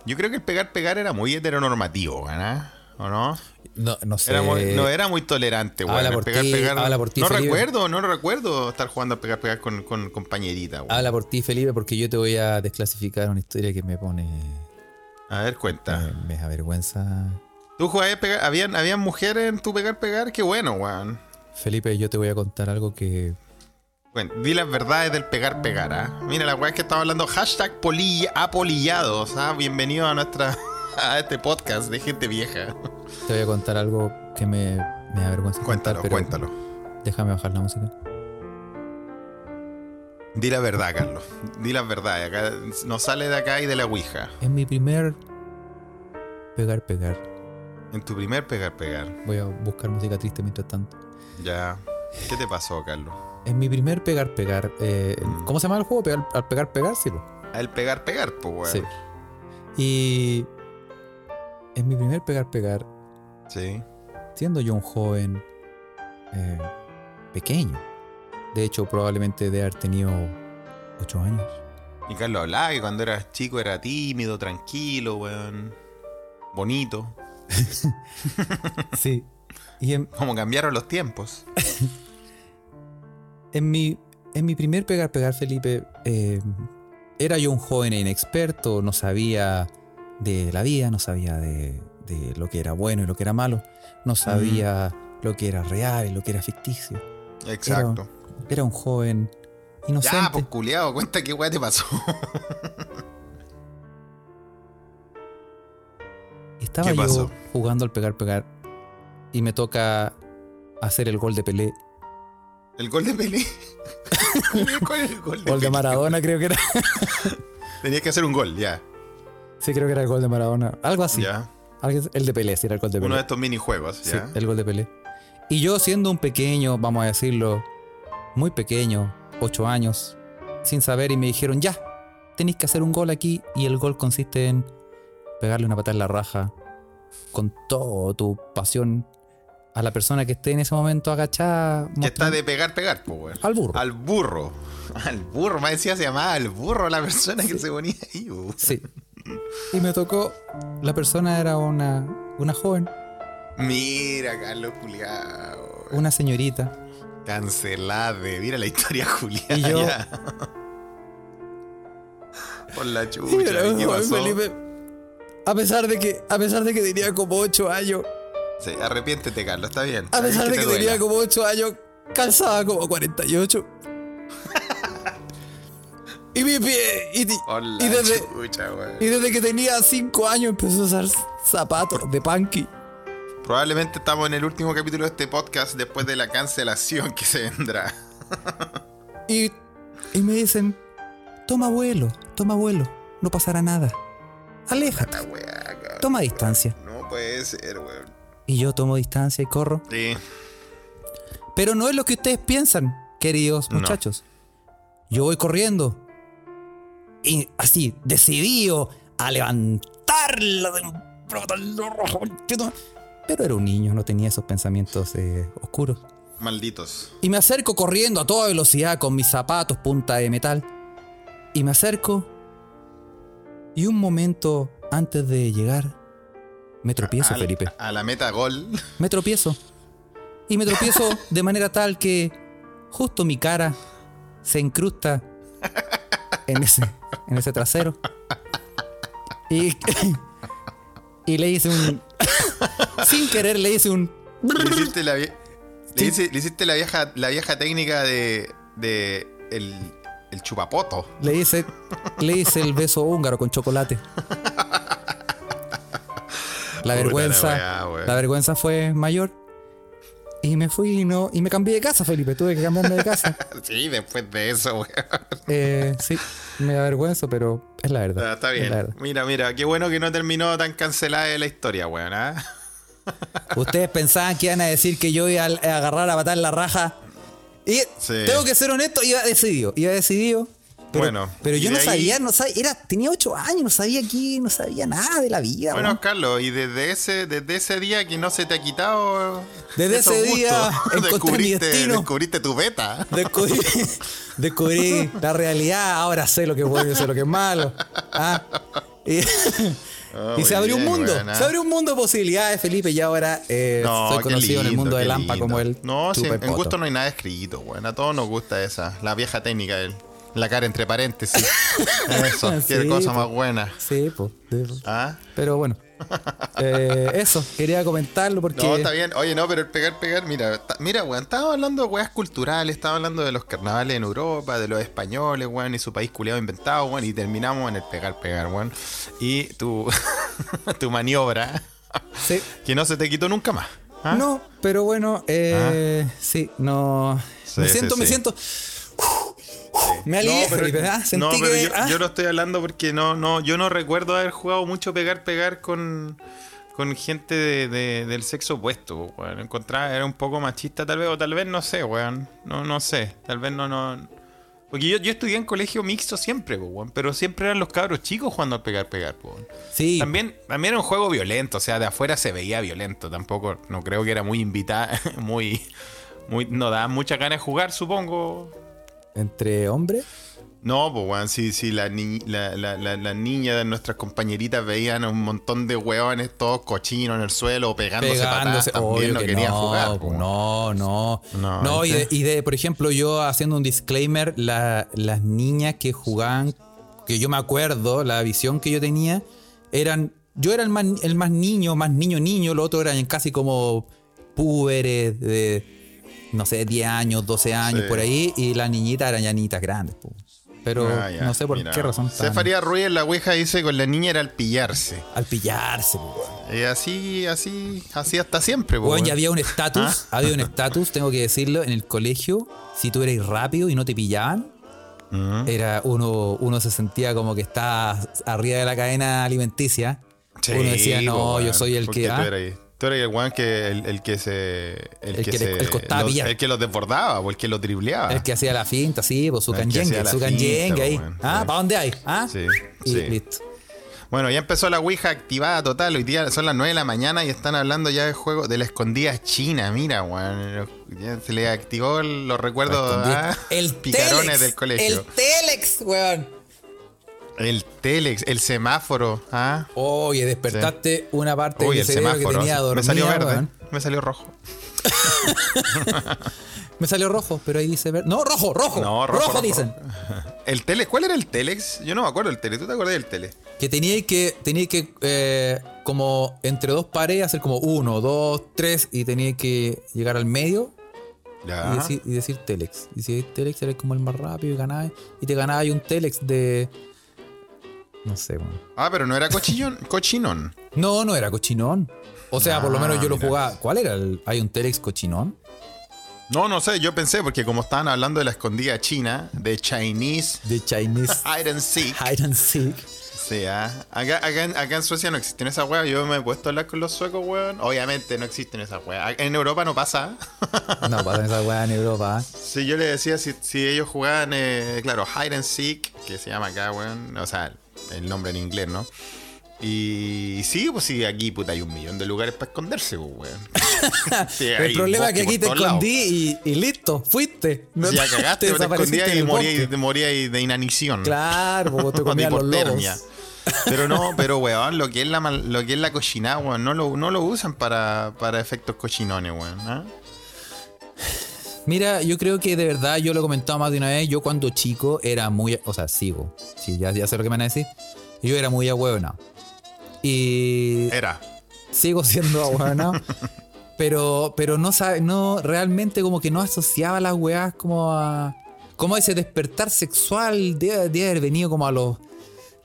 C: Yo creo que el pegar pegar era muy heteronormativo, ¿verdad? ¿O no?
A: No, no sé.
C: Era muy- no era muy tolerante, güey.
A: Habla por ti, habla por ti,
C: no
A: Felipe.
C: recuerdo, no recuerdo estar jugando a pegar pegar con, con compañerita, güey.
A: Habla por ti, Felipe, porque yo te voy a desclasificar una historia que me pone. Ah.
C: A ver, cuenta.
A: me- me avergüenza.
C: Tú jugabas a pegar, habían, habían mujeres en tu pegar pegar, qué bueno, güey.
A: Felipe, yo te voy a contar algo que.
C: Bueno, di las verdades del pegar pegar, ¿ah? Mira, la weá es que estaba hablando hashtag poli- apolillados, ¿ah? Bienvenido a nuestra [laughs] a este podcast de gente vieja.
A: Te voy a contar algo que me, me avergüenza. contar,
C: Cuéntalo,
A: pero
C: cuéntalo.
A: Déjame bajar la música.
C: Di la verdad, Carlos. Di las verdades. Acá nos sale de acá y de la Ouija.
A: En mi primer. Pegar, pegar.
C: En tu primer pegar pegar.
A: Voy a buscar música triste mientras tanto.
C: Ya. ¿Qué te pasó, Carlos?
A: En mi primer pegar, pegar. eh,
C: Mm.
A: ¿Cómo se llama el juego? Pegar- al pegar, pegar, sí, po.
C: El pegar pegar, pues weón.
A: Sí. Y. En mi primer pegar, pegar,
C: Sí.
A: siendo yo un joven eh, pequeño. De hecho, probablemente de haber tenido 8 años.
C: Y Carlos hablaba que cuando eras chico era tímido, tranquilo, weón. Bonito.
A: [laughs] Sí. Y en,
C: Como cambiaron los tiempos.
A: en mi, en mi primer pegar, pegar, Felipe, eh, era yo un joven e inexperto, no sabía de la vida, no sabía de, de lo que era bueno y lo que era malo, no sabía lo que era real y lo que era ficticio.
C: Exacto.
A: Era un joven inocente.
C: Ya, pues culiado, cuenta qué weá te pasó.
A: Y Estaba
C: ¿Qué
A: yo
C: pasó?
A: jugando al pegar, pegar. Y me toca hacer el gol de Pelé.
C: El gol de Pelé. [laughs] ¿Cuál era el gol de
A: Gol de
C: Pelé?
A: Maradona, creo que era. [laughs]
C: Tenías que hacer un gol, ya.
A: Sí, creo que era el gol de Maradona. Algo así.
C: ya.
A: Algo- El de Pelé, sí, era el gol de
C: Uno de
A: Pelé.
C: estos minijuegos,
A: Sí,
C: ya.
A: el gol de Pelé. Y yo siendo un pequeño, vamos a decirlo, muy pequeño, ocho años, sin saber, y me dijeron, ya, tenéis que hacer un gol aquí. Y el gol consiste en pegarle una patada en la raja con toda tu pasión a la persona que esté en ese momento agachada.
C: Que está
A: mostrando-
C: de pegar, pegar, po, weón.
A: Al Ah, burro.
C: Al burro. [laughs] Al burro, me decía, se llamaba al burro la persona que se ponía ahí, po.
A: Sí. Y me tocó, la persona era una, una joven,
C: Mira, Carlos Juliado.
A: una señorita.
C: Cancelade. Mira la historia, [laughs] Julián.
A: Y yo-
C: [laughs] Por la chucha, ¿qué pasó?
A: a pesar de que, a pesar de que tenía como 8 años,
C: Sí, arrepiéntete, Carlos, está bien.
A: a
C: Está bien
A: pesar de
C: te
A: que
C: duela.
A: tenía como 8 años, calzaba como 48. Y mi pie, y, di-
C: Por la
A: y desde,
C: chucha, weón.
A: y desde que tenía 5 años empezó a usar zapatos de punky.
C: Probablemente estamos en el último capítulo de este podcast después de la cancelación que se vendrá.
A: Y, y me dicen, toma vuelo, toma vuelo, no pasará nada. Aléjate,
C: La [laughs] weá, cabrón.
A: toma distancia.
C: No puede ser, weón.
A: Y yo tomo distancia y corro.
C: Sí.
A: Pero no es lo que ustedes piensan, queridos
C: No.
A: muchachos. Yo voy corriendo. Y así, decidido a levantarla. de un brotallo rojo, conchetum- Pero era un niño, no tenía esos pensamientos eh, oscuros.
C: Malditos.
A: Y me acerco corriendo a toda velocidad con mis zapatos punta de metal. Y me acerco. Y un momento antes de llegar, me tropiezo,
C: a,
A: Felipe.
C: A la meta [laughs] gol.
A: Me tropiezo. Y me tropiezo de manera tal que justo mi cara se incrusta en ese, en ese trasero. Y, y le hice un... sin querer le hice un...
C: Le hiciste la, vie- le hice- le hiciste la vieja, la vieja técnica de, de el, el chupapoto.
A: Le hice, le hice el beso húngaro con chocolate. La
C: Puta
A: vergüenza,
C: la weá, weón.
A: la vergüenza fue mayor. Y me fui y, no, y me cambié de casa, Felipe. Tuve que cambiarme de casa.
C: Sí, después de eso, weón.
A: Eh, sí, me avergüenzo, pero es la verdad.
C: Ah, Está
A: es la
C: bien.
A: verdad.
C: Mira, mira, qué bueno que no terminó tan cancelada la historia, weón. ¿ah?
A: [laughs] Ustedes pensaban que iban a decir que yo iba a a agarrar a matar la raja. Y
C: Sí.
A: tengo que ser honesto, iba decidido, iba decidido. Pero,
C: Bueno,
A: pero
C: y
A: yo
C: de
A: no
C: ahí-
A: sabía, no sabía, era, tenía ocho años, no sabía aquí, no sabía nada de la vida.
C: Bueno,
A: weón.
C: Carlos, y desde ese, desde ese día que no se te ha quitado.
A: Desde
C: esos
A: ese día
C: gustos,
A: [laughs] encontré mi
C: descubriste,
A: destino.
C: descubriste
A: [laughs]
C: tu beta. [laughs]
A: Descubrí, descubrí la realidad, ahora sé lo que es bueno y sé lo que es malo. Ah, y
C: Ah,
A: [laughs] y
C: muy
A: se abrió un
C: bien,
A: mundo,
C: weón, ah.
A: se abrió un mundo de posibilidades, Felipe, y ahora eh,
C: No,
A: soy
C: qué
A: conocido en el
C: lindo,
A: mundo de
C: qué
A: Lampa
C: lindo.
A: como el
C: No, sí, en
A: Tupepoto.
C: gusto no hay nada escrito, weón. A todos nos gusta esa. La vieja técnica, el- la cara entre
A: [laughs]
C: paréntesis. eso, qué
A: Ah, Sí,
C: cosa
A: po.
C: más buena.
A: Sí, po, sí, po.
C: ¿Ah?
A: pero
C: [laughs]
A: bueno. Eh, eso, quería comentarlo porque...
C: No, está bien. Oye, no, pero el pegar, pegar, mira, ta- mira, weón, estaba hablando de weas culturales, estaba hablando de los carnavales en Europa, de los españoles, weón, y su país culeado inventado, weón, y terminamos en el pegar, pegar, weón. Y tu, [laughs] tu maniobra,
A: Sí.
C: que no se te quitó nunca más. ¿ah?
A: No, pero bueno, eh, sí, no...
C: Sí,
A: me
C: sí,
A: siento, me
C: sí.
A: siento... Me alivié, [laughs] Felipe, ¿ah? Sentí
C: no, pero
A: que...
C: yo,
A: ah.
C: yo lo estoy hablando porque no, no, yo no recuerdo haber jugado mucho pegar, pegar con, con gente de- de- del sexo opuesto, po, weón. Encontraba, era un poco machista tal vez, o tal vez no sé, weón. No, no sé, tal vez no, no. Porque yo, yo estudié en colegio mixto siempre, po, weón, pero siempre eran los cabros chicos jugando al pegar, pegar, po, weón.
A: Sí,
C: También, también era un juego violento, o sea, de afuera se veía violento, tampoco, no creo que era muy invitada, [laughs] muy, muy, no daban muchas ganas de jugar, supongo,
A: entre hombres...
C: no, pues weón, si, si la, ni la, la, la- la niña de nuestras compañeritas veían a un montón de weones todos cochinos en el suelo, pegándose,
A: pegándose.
C: patadas, también
A: obvio
C: no
A: que pues,
C: querían jugar. po, weón.
A: No, no.
C: No,
A: No, y, de,
C: ¿viste?
A: y de, por ejemplo, yo haciendo un disclaimer, la- las niñas que jugaban, que yo me acuerdo, la visión que yo tenía, eran. Yo era el más, el más niño, más niño, niño, los otros eran casi como púberes de. No sé, 10 años, 12 años,
C: Sí.
A: por ahí, y las niñitas eran ya niñitas grandes. po. Pero
C: Ah, ya,
A: no sé por
C: mira.
A: qué razón. estaban
C: Cefaría Ruiz en la Ouija dice con la niña era al pillarse.
A: Al pillarse, pues. po.
C: Y así, así, así hasta siempre, po,
A: Weón,
C: weón.
A: ya había un
C: [laughs]
A: estatus, había un estatus, tengo que decirlo, en el colegio, si tú eres rápido y no te pillaban,
C: Mm.
A: era uno, uno se sentía como que está arriba de la cadena alimenticia.
C: Sí,
A: uno decía, no,
C: po,
A: yo
C: weón,
A: soy el
C: porque
A: que...
C: Tú
A: ah".
C: eras, tú eras el weón que, el, el que se. El,
A: El que le-
C: se-
A: el costaba
C: los-
A: pillar.
C: el que los desbordaba o el que los dribleaba.
A: El que hacía la finta, sí, pues su
C: El que hacía
A: canyengue,
C: la
A: su
C: finta,
A: canyengue ahí.
C: weón,
A: ¿Ah?
C: sí.
A: ¿Para dónde hay? ¿Ah?
C: Sí,
A: y
C: sí.
A: listo.
C: Bueno, ya empezó la Ouija activada total. Hoy día son las 9 de la mañana y están hablando ya de juego de la escondida china. Mira, weón. Ya se le activó los recuerdos
A: Escondida.
C: a
A: el
C: Oh, ah, picarones
A: Telex,
C: del colegio.
A: El Telex, weón.
C: El, telex, el semáforo. ¿ah?
A: Oye, despertaste una parte
C: Uy,
A: del
C: el
A: cerebro que
C: semáforo.
A: tenía
C: me
A: dormida,
C: salió verde.
A: weón.
C: Me salió rojo.
A: Me salió rojo, pero ahí dice verde. No, rojo, rojo.
C: No, rojo, rojo.
A: dicen.
C: [laughs] El tele, ¿cuál era el telex? Yo no me acuerdo del tele. ¿Tú te acuerdas del tele?
A: Que tenía que, tenía que eh, como entre dos paredes hacer como uno, dos, tres y tenía que llegar al medio
C: Ya.
A: y decir, y decir Telex. Y si es Telex eres como el más rápido y ganabas. Y te ganabas ahí un Telex de... No sé, weón.
C: Ah, pero no era [laughs] cochillón, cochinón.
A: No, no era cochinón. O sea, por lo
C: Ah,
A: menos yo lo
C: mira.
A: jugaba. ¿Cuál era? el- ¿Hay un Telex cochinón?
C: No, no sé, yo pensé, porque como estaban hablando de la escondida china, de Chinese
A: De Chinese
C: Hide and Seek.
A: [laughs] Hide and Seek.
C: Sí, ah. acá, acá, en, acá en Suecia no existen esas weas. Yo me he puesto a hablar con los suecos, weón. Obviamente no existen esas weas. En Europa no pasa. ¿ah?
A: No, pasan esa weá en Europa. ¿eh?
C: Si yo les decía si, si ellos jugaban, eh, claro, Hide and Seek, que se llama acá, weón. O sea, el nombre en inglés, ¿no? Y sí, pues sí, aquí puta hay un millón de lugares para esconderse, pues, weón. [laughs] Sí, hay
A: El problema es que
C: bosque por
A: aquí te
C: todos lados.
A: escondí y, y listo, fuiste. No
C: Si ya cagaste, te,
A: desapareciste
C: escondías
A: en
C: y
A: el
C: morías
A: bosque.
C: y- morías de inanición.
A: Claro, porque
C: [laughs]
A: te
C: O de
A: comían los
C: hipotermia.
A: lobos. [laughs]
C: Pero no, pero weón, lo que es la mal- lo que es la cochinada, weón, no lo, no lo usan para, para efectos cochinones, weón. ¿ah?
A: Mira, yo creo que de verdad, yo lo he comentado más de una vez, yo cuando chico era muy, o sea, sigo, sí, ya, ya sé lo que me van a decir, yo era muy ahueonado. Y
C: Era.
A: sigo
C: [laughs]
A: siendo ahueonado, pero, pero no sabe, no, realmente como que no asociaba las weas como a, como a ese despertar sexual de, de haber venido como a los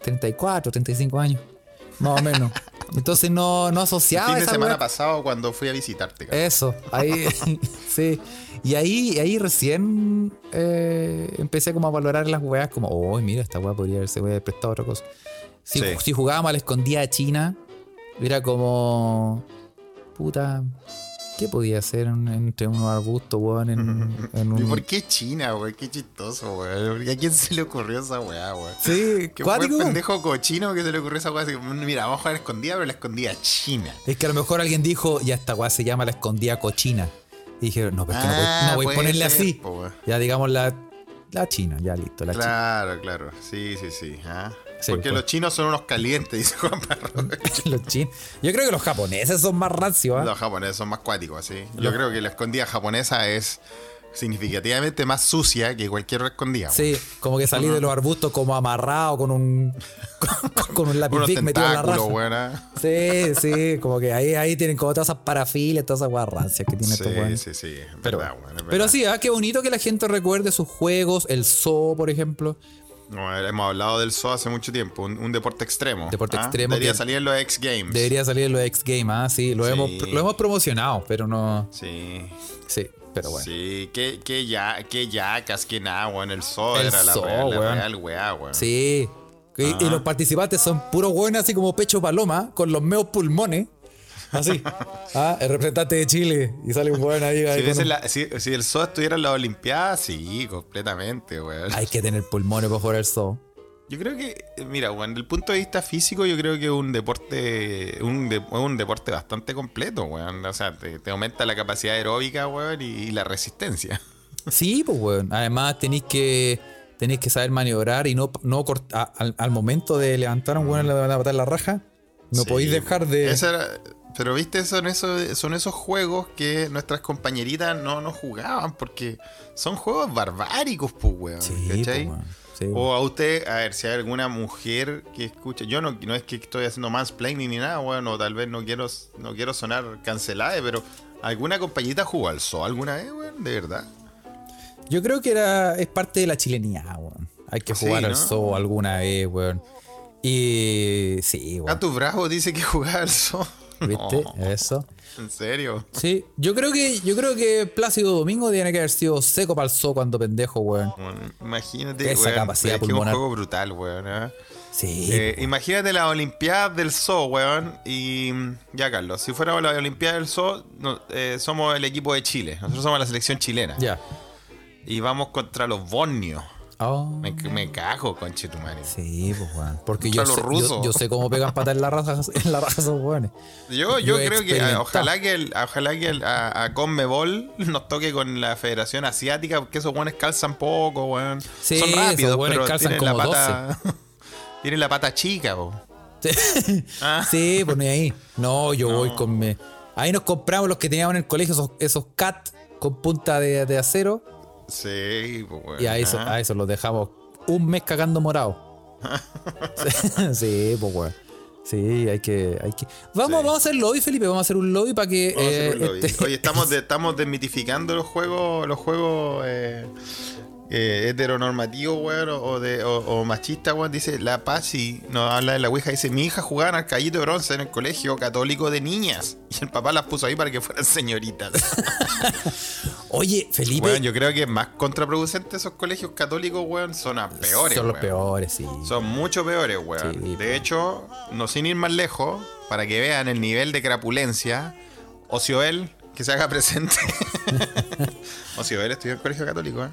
A: 34, 35 años, más o
C: [laughs]
A: menos. Entonces no, no asociaba
C: el fin de
A: ah, esa
C: semana
A: wea.
C: pasado cuando fui a visitarte, cabrón.
A: Eso,
C: [laughs]
A: ahí, sí. Y ahí, ahí recién eh, empecé como a valorar las weas, como, oh, mira, esta wea podría haberse wea prestado a otra cosa. Si,
C: Sí.
A: si jugábamos a la escondida a China, era como, puta, ¿qué podía hacer en- entre unos arbustos, weón,
C: [laughs]
A: en, en
C: ¿Y
A: un...
C: por qué China, weón? Qué chistoso, weón. ¿Por qué ¿A quién se le ocurrió esa weá, weón?
A: Sí,
C: [laughs] Qué buen
A: cuático.
C: pendejo cochino que se le ocurrió esa weá. Así como, Mira, vamos a jugar a la escondida, pero la escondida china.
A: Es que a lo mejor alguien dijo, ya esta weá se llama la escondida cochina. Y dije, no, pero Pues es que
C: Ah,
A: no voy, no voy
C: puede
A: a ponerle
C: ser,
A: así.
C: po, weón.
A: ya digamos la, la china, ya listo, la china.
C: Claro, claro. Sí, sí, sí. ¿ah?
A: Sí,
C: Porque
A: pues.
C: los chinos son unos calientes, [laughs] dice Juan Parroquia.
A: [laughs] Los chin- Yo creo que los japoneses son más rancios. ¿ah?
C: Los japoneses son más cuáticos, sí. Yo creo que la escondida japonesa es significativamente más sucia que cualquier escondida. pues. güey.
A: Sí, como que salí de los arbustos como amarrado con un [laughs] con, con un lápiz
C: Unos
A: Bic metido en la
C: tentáculos,
A: raza.
C: buena.
A: Sí, sí, como que ahí, ahí tienen como todas esas parafilas, todas esas guas rancias que tienen estos
C: Sí,
A: weones.
C: sí, sí. es
A: Pero,
C: verdad, güey, es
A: pero
C: verdad.
A: sí, ah, qué bonito que la gente recuerde sus juegos, el zoo, por ejemplo.
C: No, hemos hablado del zoo hace mucho tiempo. Un, un deporte extremo.
A: Deporte
C: ¿ah?
A: extremo
C: Debería
A: que-
C: salir en los X Games.
A: Debería salir en los X Games, ah, sí, lo,
C: Sí.
A: Hemos, lo hemos promocionado, pero no.
C: Sí.
A: Sí, pero bueno.
C: Sí, qué, qué, ya, qué yacas, qué nada, weón. El zoo
A: El
C: era la
A: zoo,
C: weá, la
A: weón.
C: real weá, weón.
A: Sí. Y, y los participantes son puros buenos, así como pecho paloma, con los meos pulmones.
C: [laughs]
A: Así. ah, el representante de Chile. Y sale un buen ahí. ahí
C: Si,
A: con
C: hubiese
A: un-
C: la- si- si el zoo estuviera en las Olimpiadas, sí, completamente, weón.
A: Hay que tener pulmones para jugar al zoo.
C: Yo creo que, eh, mira, weón, del punto de vista físico, yo creo que es un deporte, un, de- es un deporte bastante completo, weón. O sea, te, te aumenta la capacidad aeróbica, weón, y, y la resistencia.
A: Sí, pues, weón. Además, tenéis que tenéis que saber maniobrar y no, no cort- a- al, al momento de levantar a un weón le van a botar la raja. No
C: Sí, pues.
A: podéis dejar de.
C: Esa era- pero viste, son esos, son esos juegos que nuestras compañeritas no, no jugaban, porque son juegos barbáricos, pues, weón.
A: Sí, pues,
C: ¿cachai?
A: weón. Sí,
C: O a usted, a ver, si hay alguna mujer que escucha. Yo no, no es que estoy haciendo mansplaining ni nada, bueno, tal vez no quiero, no quiero sonar cancelada, pero ¿alguna compañita jugó al zoo alguna vez, weón? De verdad.
A: Yo creo que era, es parte de la chilenidad, weón. Hay que
C: Sí,
A: jugar al
C: ¿no?
A: zoo alguna vez, weón. Y sí, weón.
C: Gato Bravo dice que [laughs] jugaba al zoo.
A: ¿Viste?
C: No,
A: Eso.
C: en serio.
A: Sí, yo creo que yo creo que Plácido Domingo tiene que haber sido seco para el zoo cuando pendejo, weón.
C: Bueno, imagínate,
A: Esa
C: weón,
A: capacidad
C: es que es un
A: pulmonar.
C: juego brutal, weón. ¿eh?
A: Sí. pues,
C: Eh, imagínate las Olimpiadas del Zoo, weón. Y mm, ya, Carlos, si fuéramos las Olimpiadas del Zoo, no- eh, somos el equipo de Chile. Nosotros somos la selección chilena.
A: ya.
C: Y vamos contra los bosnios.
A: Oh.
C: Me, me cago, conchetumare.
A: Sí, pues, weón. Porque yo
C: Contra los
A: sé, yo,
C: rusos.
A: yo sé cómo pegan patas en la raja, [laughs] en la raja esos weones. Yo
C: Yo, yo,
A: he
C: creo que
A: experimentado.
C: ah, ojalá que el- ojalá que el- a, a Conmebol [laughs] nos toque con la Federación Asiática, porque esos buenos calzan poco, weón.
A: Sí,
C: Son rápidos,
A: esos weones
C: pero
A: calzan
C: tienen la
A: como
C: pata. [laughs] tienen la pata chica, po. Ah.
A: Sí, pone ahí. No, yo voy con me. Ahí nos compramos los que teníamos en el colegio, esos, esos cat con punta de, de acero.
C: Sí, po, weón.
A: Y a eso,
C: Ah.
A: a eso los dejamos un mes cagando
C: [laughs]
A: morado. sí, pues weón. Sí, hay que, hay que. Vamos,
C: Sí.
A: vamos a hacer lobby, Felipe. Vamos a hacer un lobby para que.
C: Vamos a
A: eh,
C: hacer un lobby.
A: este-
C: pues Oye, estamos,
A: [laughs]
C: de- estamos desmitificando los juegos, los juegos eh, eh, heteronormativos, weón, o, o de, o, o machistas, weón. Dice la Pasi, nos habla de la Ouija, dice, mi hija jugaba en arcallito de bronce en el colegio católico de niñas. [laughs] Y el papá las puso ahí para que fueran señoritas.
A: Oye, Felipe.
C: weón, yo creo que es más contraproducente esos colegios católicos, weón, son las peores,
A: son los
C: weón.
A: peores, sí.
C: Son mucho peores, weón.
A: Sí,
C: de
A: po.
C: hecho, no sin ir más lejos, para que vean el nivel de crapulencia, Ocioel, que se
A: [laughs]
C: haga presente. Ocioel estudió en colegio católico, ¿eh?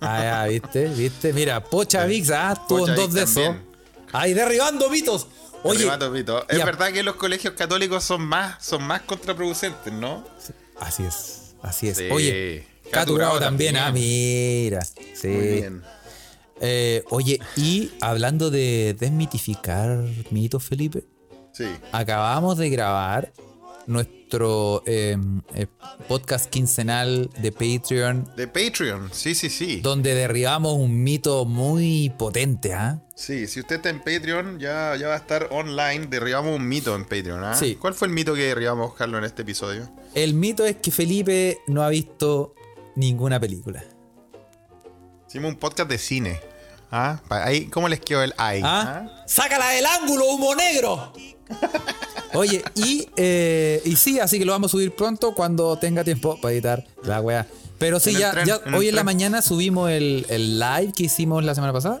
A: Ah, ya, viste, viste. Mira, Pocha Vix, ah, estuvo
C: Pocha
A: en dos
C: Vix
A: de esos.
C: también.
A: Ahí derribando mitos. Oye,
C: Arribato, Pito.
A: y
C: Es
A: a-
C: verdad que los colegios católicos son más, son más contraproducentes, ¿no?
A: Así es, así es.
C: Sí.
A: Oye,
C: Caturao
A: Caturao también, ah,
C: también.
A: mira. Sí.
C: Muy bien.
A: Eh, oye, y hablando de desmitificar mitos, Felipe,
C: Sí.
A: acabamos de grabar nuestro eh, eh, podcast quincenal de Patreon,
C: De Patreon, sí, sí, sí.
A: donde derribamos un mito muy potente, ¿ah?
C: Sí, si usted está en Patreon, ya, ya va a estar online. Derribamos un mito en Patreon, ¿ah?
A: Sí.
C: ¿Cuál fue el mito que derribamos, Carlos, en este episodio?
A: El mito es que Felipe no ha visto ninguna película.
C: Hicimos un podcast de cine. ¿Ah? pa- Ahí, ¿Cómo les quedó el ay?
A: ¿Ah?
C: ¿Ah?
A: ¡Sácala del ángulo, humo negro! Oye, y, eh, y sí, así que lo vamos a subir pronto cuando tenga tiempo para editar la weá. Pero sí,
C: En el
A: ya,
C: tren,
A: ya
C: en el
A: hoy en la
C: tren.
A: mañana subimos el, el live que hicimos la semana pasada.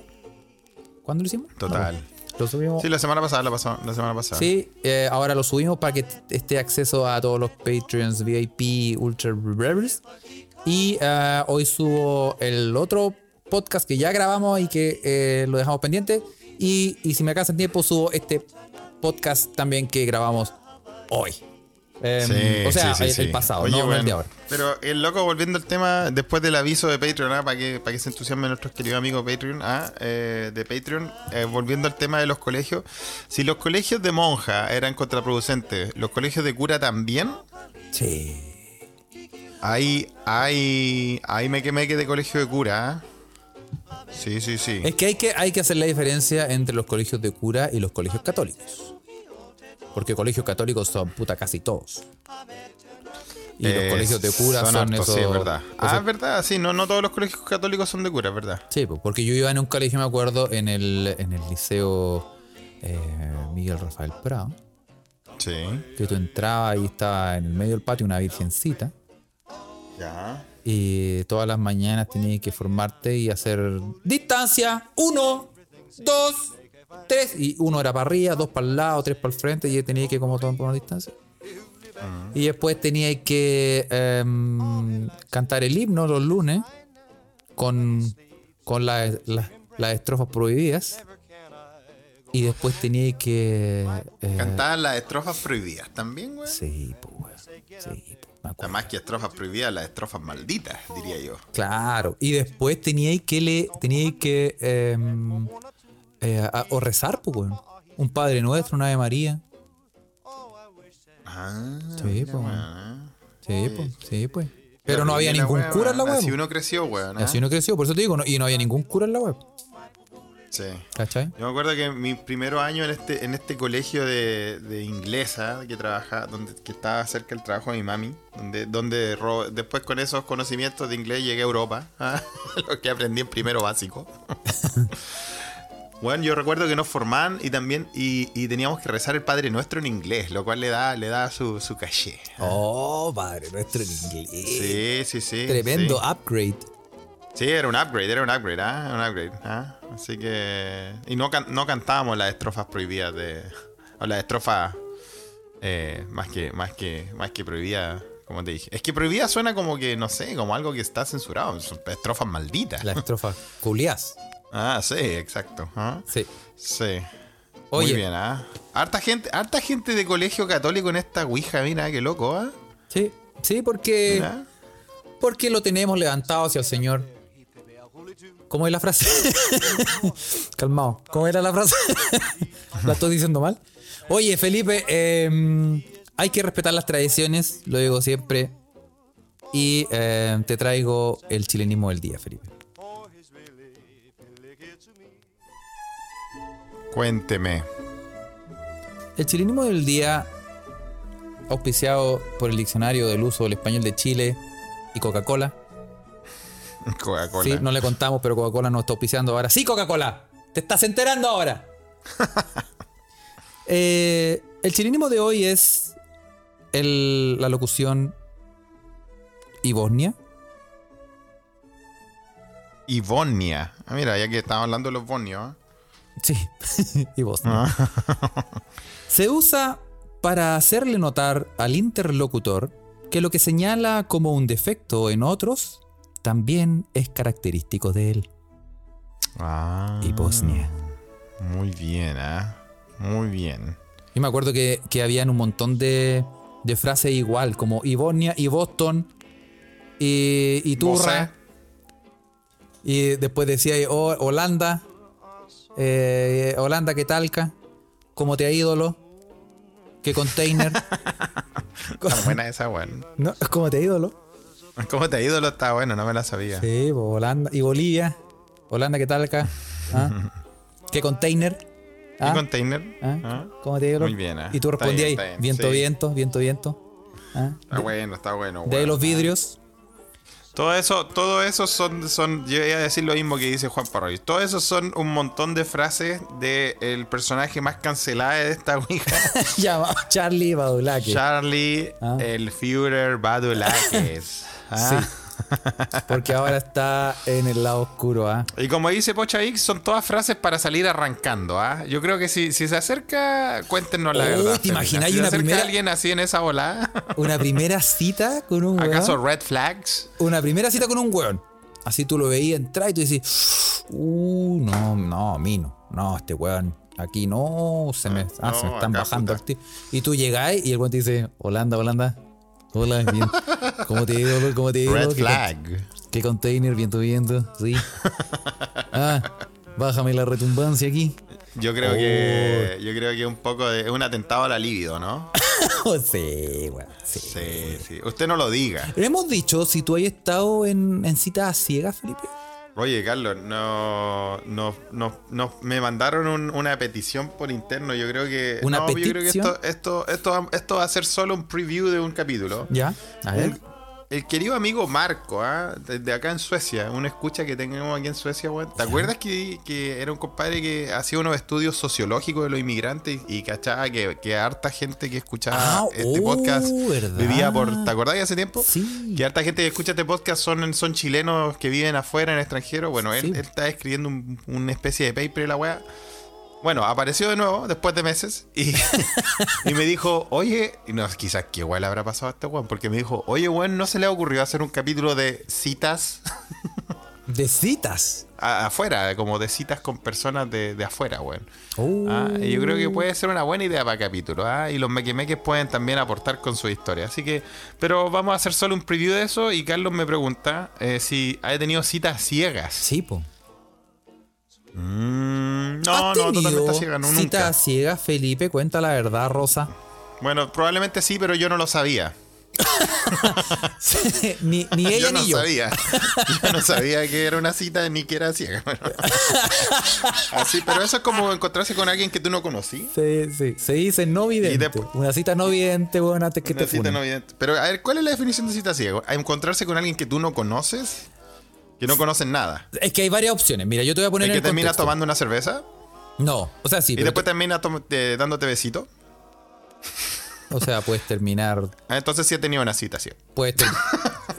A: ¿Cuándo lo hicimos?
C: Total.
A: No, lo subimos.
C: ¿Ah? Sí, la semana pasada, la, pasó- la semana pasada.
A: Sí, eh, ahora lo subimos para que t- esté acceso a todos los Patreons VIP Ultra Rebels. Y ah, hoy subo el otro podcast que ya grabamos y que eh, lo dejamos pendiente. Y, y si me alcanza el tiempo, subo este podcast también que grabamos hoy. Em,
C: Sí,
A: o sea,
C: sí, sí,
A: el,
C: sí.
A: el pasado,
C: Oye,
A: no, no el
C: bueno,
A: de ahora.
C: Pero el loco, volviendo al tema, después del aviso de Patreon, ¿ah? para que, para que se entusiasmen nuestros queridos amigos Patreon, ¿ah? Eh, de Patreon, eh, volviendo al tema de los colegios, si los colegios de monja eran contraproducentes, ¿los colegios de cura también?
A: Sí.
C: Ahí, ahí, ahí me quemé que de colegio de cura. ¿ah? Sí, sí, sí.
A: Es que hay, que hay que hacer la diferencia entre los colegios de cura y los colegios católicos. Porque colegios católicos son puta casi todos. Y
C: Eh,
A: los colegios de cura son,
C: hartos,
A: esos.
C: Sí, es verdad. Ah, es
A: esos-
C: verdad, sí, no, no todos los colegios católicos son de cura, es verdad.
A: sí, pues, porque yo iba en un colegio, me acuerdo, en el, en el liceo eh, Miguel Rafael Prado,
C: Sí.
A: que tú entrabas y estaba en el medio del patio una virgencita.
C: Ya.
A: Y todas las mañanas tenías que formarte y hacer distancia. Uno, dos, tres. Y uno era para arriba, dos para el lado, tres para el frente. Y tenías que como tomar distancia. Y después tenías que em, cantar el himno los lunes con, con la- la- las estrofas prohibidas. Y después tenías que... eh,
C: Cantaban las estrofas prohibidas también, güey.
A: Sí, pues, weón, sí, pues, me
C: O sea,
A: acuerdo.
C: más que estrofas prohibidas, las estrofas malditas, diría yo.
A: Claro, y después teníais que le teníais que em, eh, a- o rezar, pues, weón. Un Padre Nuestro, una Ave María.
C: Ah,
A: Sí, pues, weón.
C: ah.
A: sí, pues, sí, pues. Pero no había ningún
C: weá,
A: cura en la web.
C: Así
A: po.
C: uno creció, weón. ¿ah?
A: Así uno creció, por eso te digo, no- y no había ningún cura en la web.
C: Sí.
A: ¿Cachai?
C: Yo me acuerdo que mi primer año en este, en este colegio de, de inglesa que trabaja, donde, que estaba cerca del trabajo de mi mami, donde, donde ro- después con esos conocimientos de inglés llegué a Europa, ah, [laughs] lo que aprendí en primero básico. Bueno, yo recuerdo que nos formaban y también y, y teníamos que rezar el Padre Nuestro en inglés, lo cual le da, le da su, su caché.
A: Oh, Padre Nuestro en inglés.
C: Ah. Sí, sí, sí.
A: Tremendo
C: sí.
A: upgrade.
C: Sí, era un upgrade, era un upgrade, ¿ah? Era Un upgrade, ¿ah? Así que. Y no, can- no cantábamos las estrofas prohibidas de. O las estrofas. eh, más que. Más que. Más que prohibidas. Como te dije. Es que prohibida suena como que, no sé, como algo que está censurado. Son estrofas malditas.
A: La estrofa culiás.
C: Ah, sí, exacto. ¿ah?
A: Sí.
C: Sí.
A: Oye.
C: Muy bien, ¿ah? Harta gente, harta gente de colegio católico en esta Ouija, mira, qué loco, ¿ah?
A: Sí. Sí, porque,
C: Mira.
A: porque lo tenemos levantado hacia el Señor. ¿Cómo es la frase? [laughs] Calmado. ¿Cómo era la frase? [laughs] ¿La estoy diciendo mal? Oye, Felipe, eh, hay que respetar las tradiciones, lo digo siempre. Y eh, te traigo el chilenismo del día, Felipe.
C: Cuénteme.
A: El chilenismo del día, auspiciado por el Diccionario del Uso del Español de Chile y Coca-Cola.
C: Coca-Cola.
A: Sí, no le contamos, pero Coca-Cola nos está auspiciando ahora. Sí, Coca-Cola, te estás enterando
C: [laughs]
A: ahora. Eh, el chilenismo de hoy es el- la locución y Bosnia.
C: Y Bosnia. Ah, mira, ya que estamos hablando de los bosnios, ¿ah?
A: Sí, [laughs] y Bosnia. Se usa para hacerle notar al interlocutor que lo que señala como un defecto en otros también es característico de él.
C: Ah.
A: Y Bosnia.
C: Muy bien, ¿ah? Muy bien.
A: Yo me acuerdo que, que habían un montón de, de frases igual, como y Bosnia, y Boston, y, y
C: ¿eh?
A: Turra, y después decía "Oh, Holanda, eh, Holanda, que talca? ¿Cómo te ha ídolo? ¿Qué
C: [laughs]
A: container?
C: Está buena esa, weón.
A: [laughs] No, ¿Cómo te ha ídolo?
C: ¿Cómo te ha ido? Está bueno, no me la sabía.
A: Sí, po, Holanda, y Bolivia, Holanda, que talca? ¿Ah?
C: [laughs]
A: ¿Qué container?
C: ¿Y
A: ¿Ah?
C: container?
A: ¿Ah?
C: ¿Ah?
A: ¿Cómo te ha ídolo?
C: Muy bien, ah.
A: Y tú
C: Está
A: respondías
C: bien,
A: ahí,
C: está bien,
A: viento,
C: sí.
A: viento, viento, viento, ¿Ah?
C: Está bueno, está bueno.
A: De ahí
C: weón.
A: los vidrios.
C: Todo eso, todo eso son, son, yo voy a decir lo mismo que dice Juan Parroy. Todo eso son un montón de frases del personaje más cancelado de esta [laughs] Ouija.
A: [laughs] llamado Charlie Badulaque.
C: Charlie,
A: Ah.
C: el Führer Badulakis. Ah.
A: Sí. Porque ahora está en el lado oscuro, ¿ah?
C: Y como dice Pocha X, son todas frases para salir arrancando, ¿ah? Yo creo que si, si se acerca, cuéntenos la
A: Uy,
C: verdad.
A: Oh, ¿te
C: Felina.
A: imagináis
C: si se
A: una
C: acerca
A: primera-
C: alguien así en esa volada?
A: Una primera cita con un weón.
C: ¿Acaso red flags?
A: Una primera cita con un weón. Así tú lo veías entrar y tú decís, uh, no, no, a mí no. No, este weón aquí no, se me, ah, se me
C: Mm. no,
A: están
C: acá,
A: bajando.
C: puta.
A: acti- Y tú llegás y el weón te dice, Holanda, Holanda. Hola,
C: [laughs]
A: bien. ¿Cómo te digo? ¿Cómo te digo?
C: Red
A: ¿Qué con-
C: flag.
A: ¿Qué container? Viento, viento.
C: [laughs]
A: Sí. Ah, bájame la retumbancia aquí.
C: Yo creo que
A: Oh.
C: yo creo que un poco de es un atentado a la libido, ¿no?
A: [laughs] Oh, sí, weón. Sí.
C: Sí, sí. Usted no lo diga.
A: Hemos dicho si tú has estado en, en citas a ciegas, Felipe.
C: Oye, Carlos, no, no, no, no- me mandaron un- una petición por interno. Yo creo que
A: ¿Una
C: no, yo creo que
A: petición?
C: esto, esto, esto, va- esto va a ser solo un preview de un capítulo.
A: Ya, a ver.
C: Un- el querido amigo Marco, ¿ah? desde acá en Suecia, una escucha que tenemos aquí en Suecia, weón. ¿Te acuerdas que, que era un compadre que hacía unos estudios sociológicos de los inmigrantes y, y cachaba que, que harta gente que escuchaba
A: Ah,
C: este
A: oh,
C: podcast
A: ¿verdad?
C: vivía por. ¿Te acordás de hace tiempo?
A: Sí.
C: Que harta gente que escucha este podcast son, son chilenos que viven afuera, en el extranjero. Bueno, él,
A: Sí.
C: él está escribiendo un- una especie de paper y la weá. Bueno, apareció de nuevo después de meses y, [laughs] y me dijo, oye, y no, quizás que igual habrá pasado a este weón, porque me dijo, oye, weón, ¿no se le ocurrió hacer un capítulo de citas
A: De citas.
C: a- afuera, como de citas con personas de, de afuera, weón?
A: Oh.
C: Ah, y yo creo que puede ser una buena idea para capítulo, ¿ah? y los mequimeques pueden también aportar con su historia. Así que, pero vamos a hacer solo un preview de eso y Carlos me pregunta eh, si ha tenido citas ciegas.
A: Sí, po.
C: Mm, no,
A: ¿Has
C: no, totalmente
A: tenido
C: ciega, no,
A: citas
C: nunca.
A: a ciegas, Felipe? Cuenta la verdad, Rosa. [laughs]
C: Bueno, probablemente sí, pero yo no lo sabía.
A: ni, ni
C: yo
A: ella
C: no
A: ni yo. [laughs]
C: sabía. Yo no sabía que era una cita ni que era ciega. Bueno. Así, pero eso es como encontrarse con alguien que tú no conocí.
A: Se, sí, se dice no
C: Y
A: vidente.
C: después-
A: Una cita no vidente, weón, antes que
C: Una
A: te
C: cita
A: funen.
C: no evidente. Pero a ver, ¿cuál es la definición de cita ciega? ¿A encontrarse con alguien que tú no conoces? Que no conocen nada.
A: Es que hay varias opciones. Mira, yo te voy a poner
C: El
A: en
C: que
A: el
C: termina
A: contexto.
C: tomando una cerveza
A: No, o sea, sí.
C: y
A: pero
C: después termina tom- eh, dándote besito.
A: tú- o sea, puedes terminar...
C: Ah, Entonces sí he tenido una cita ciega.
A: Puedes, ter-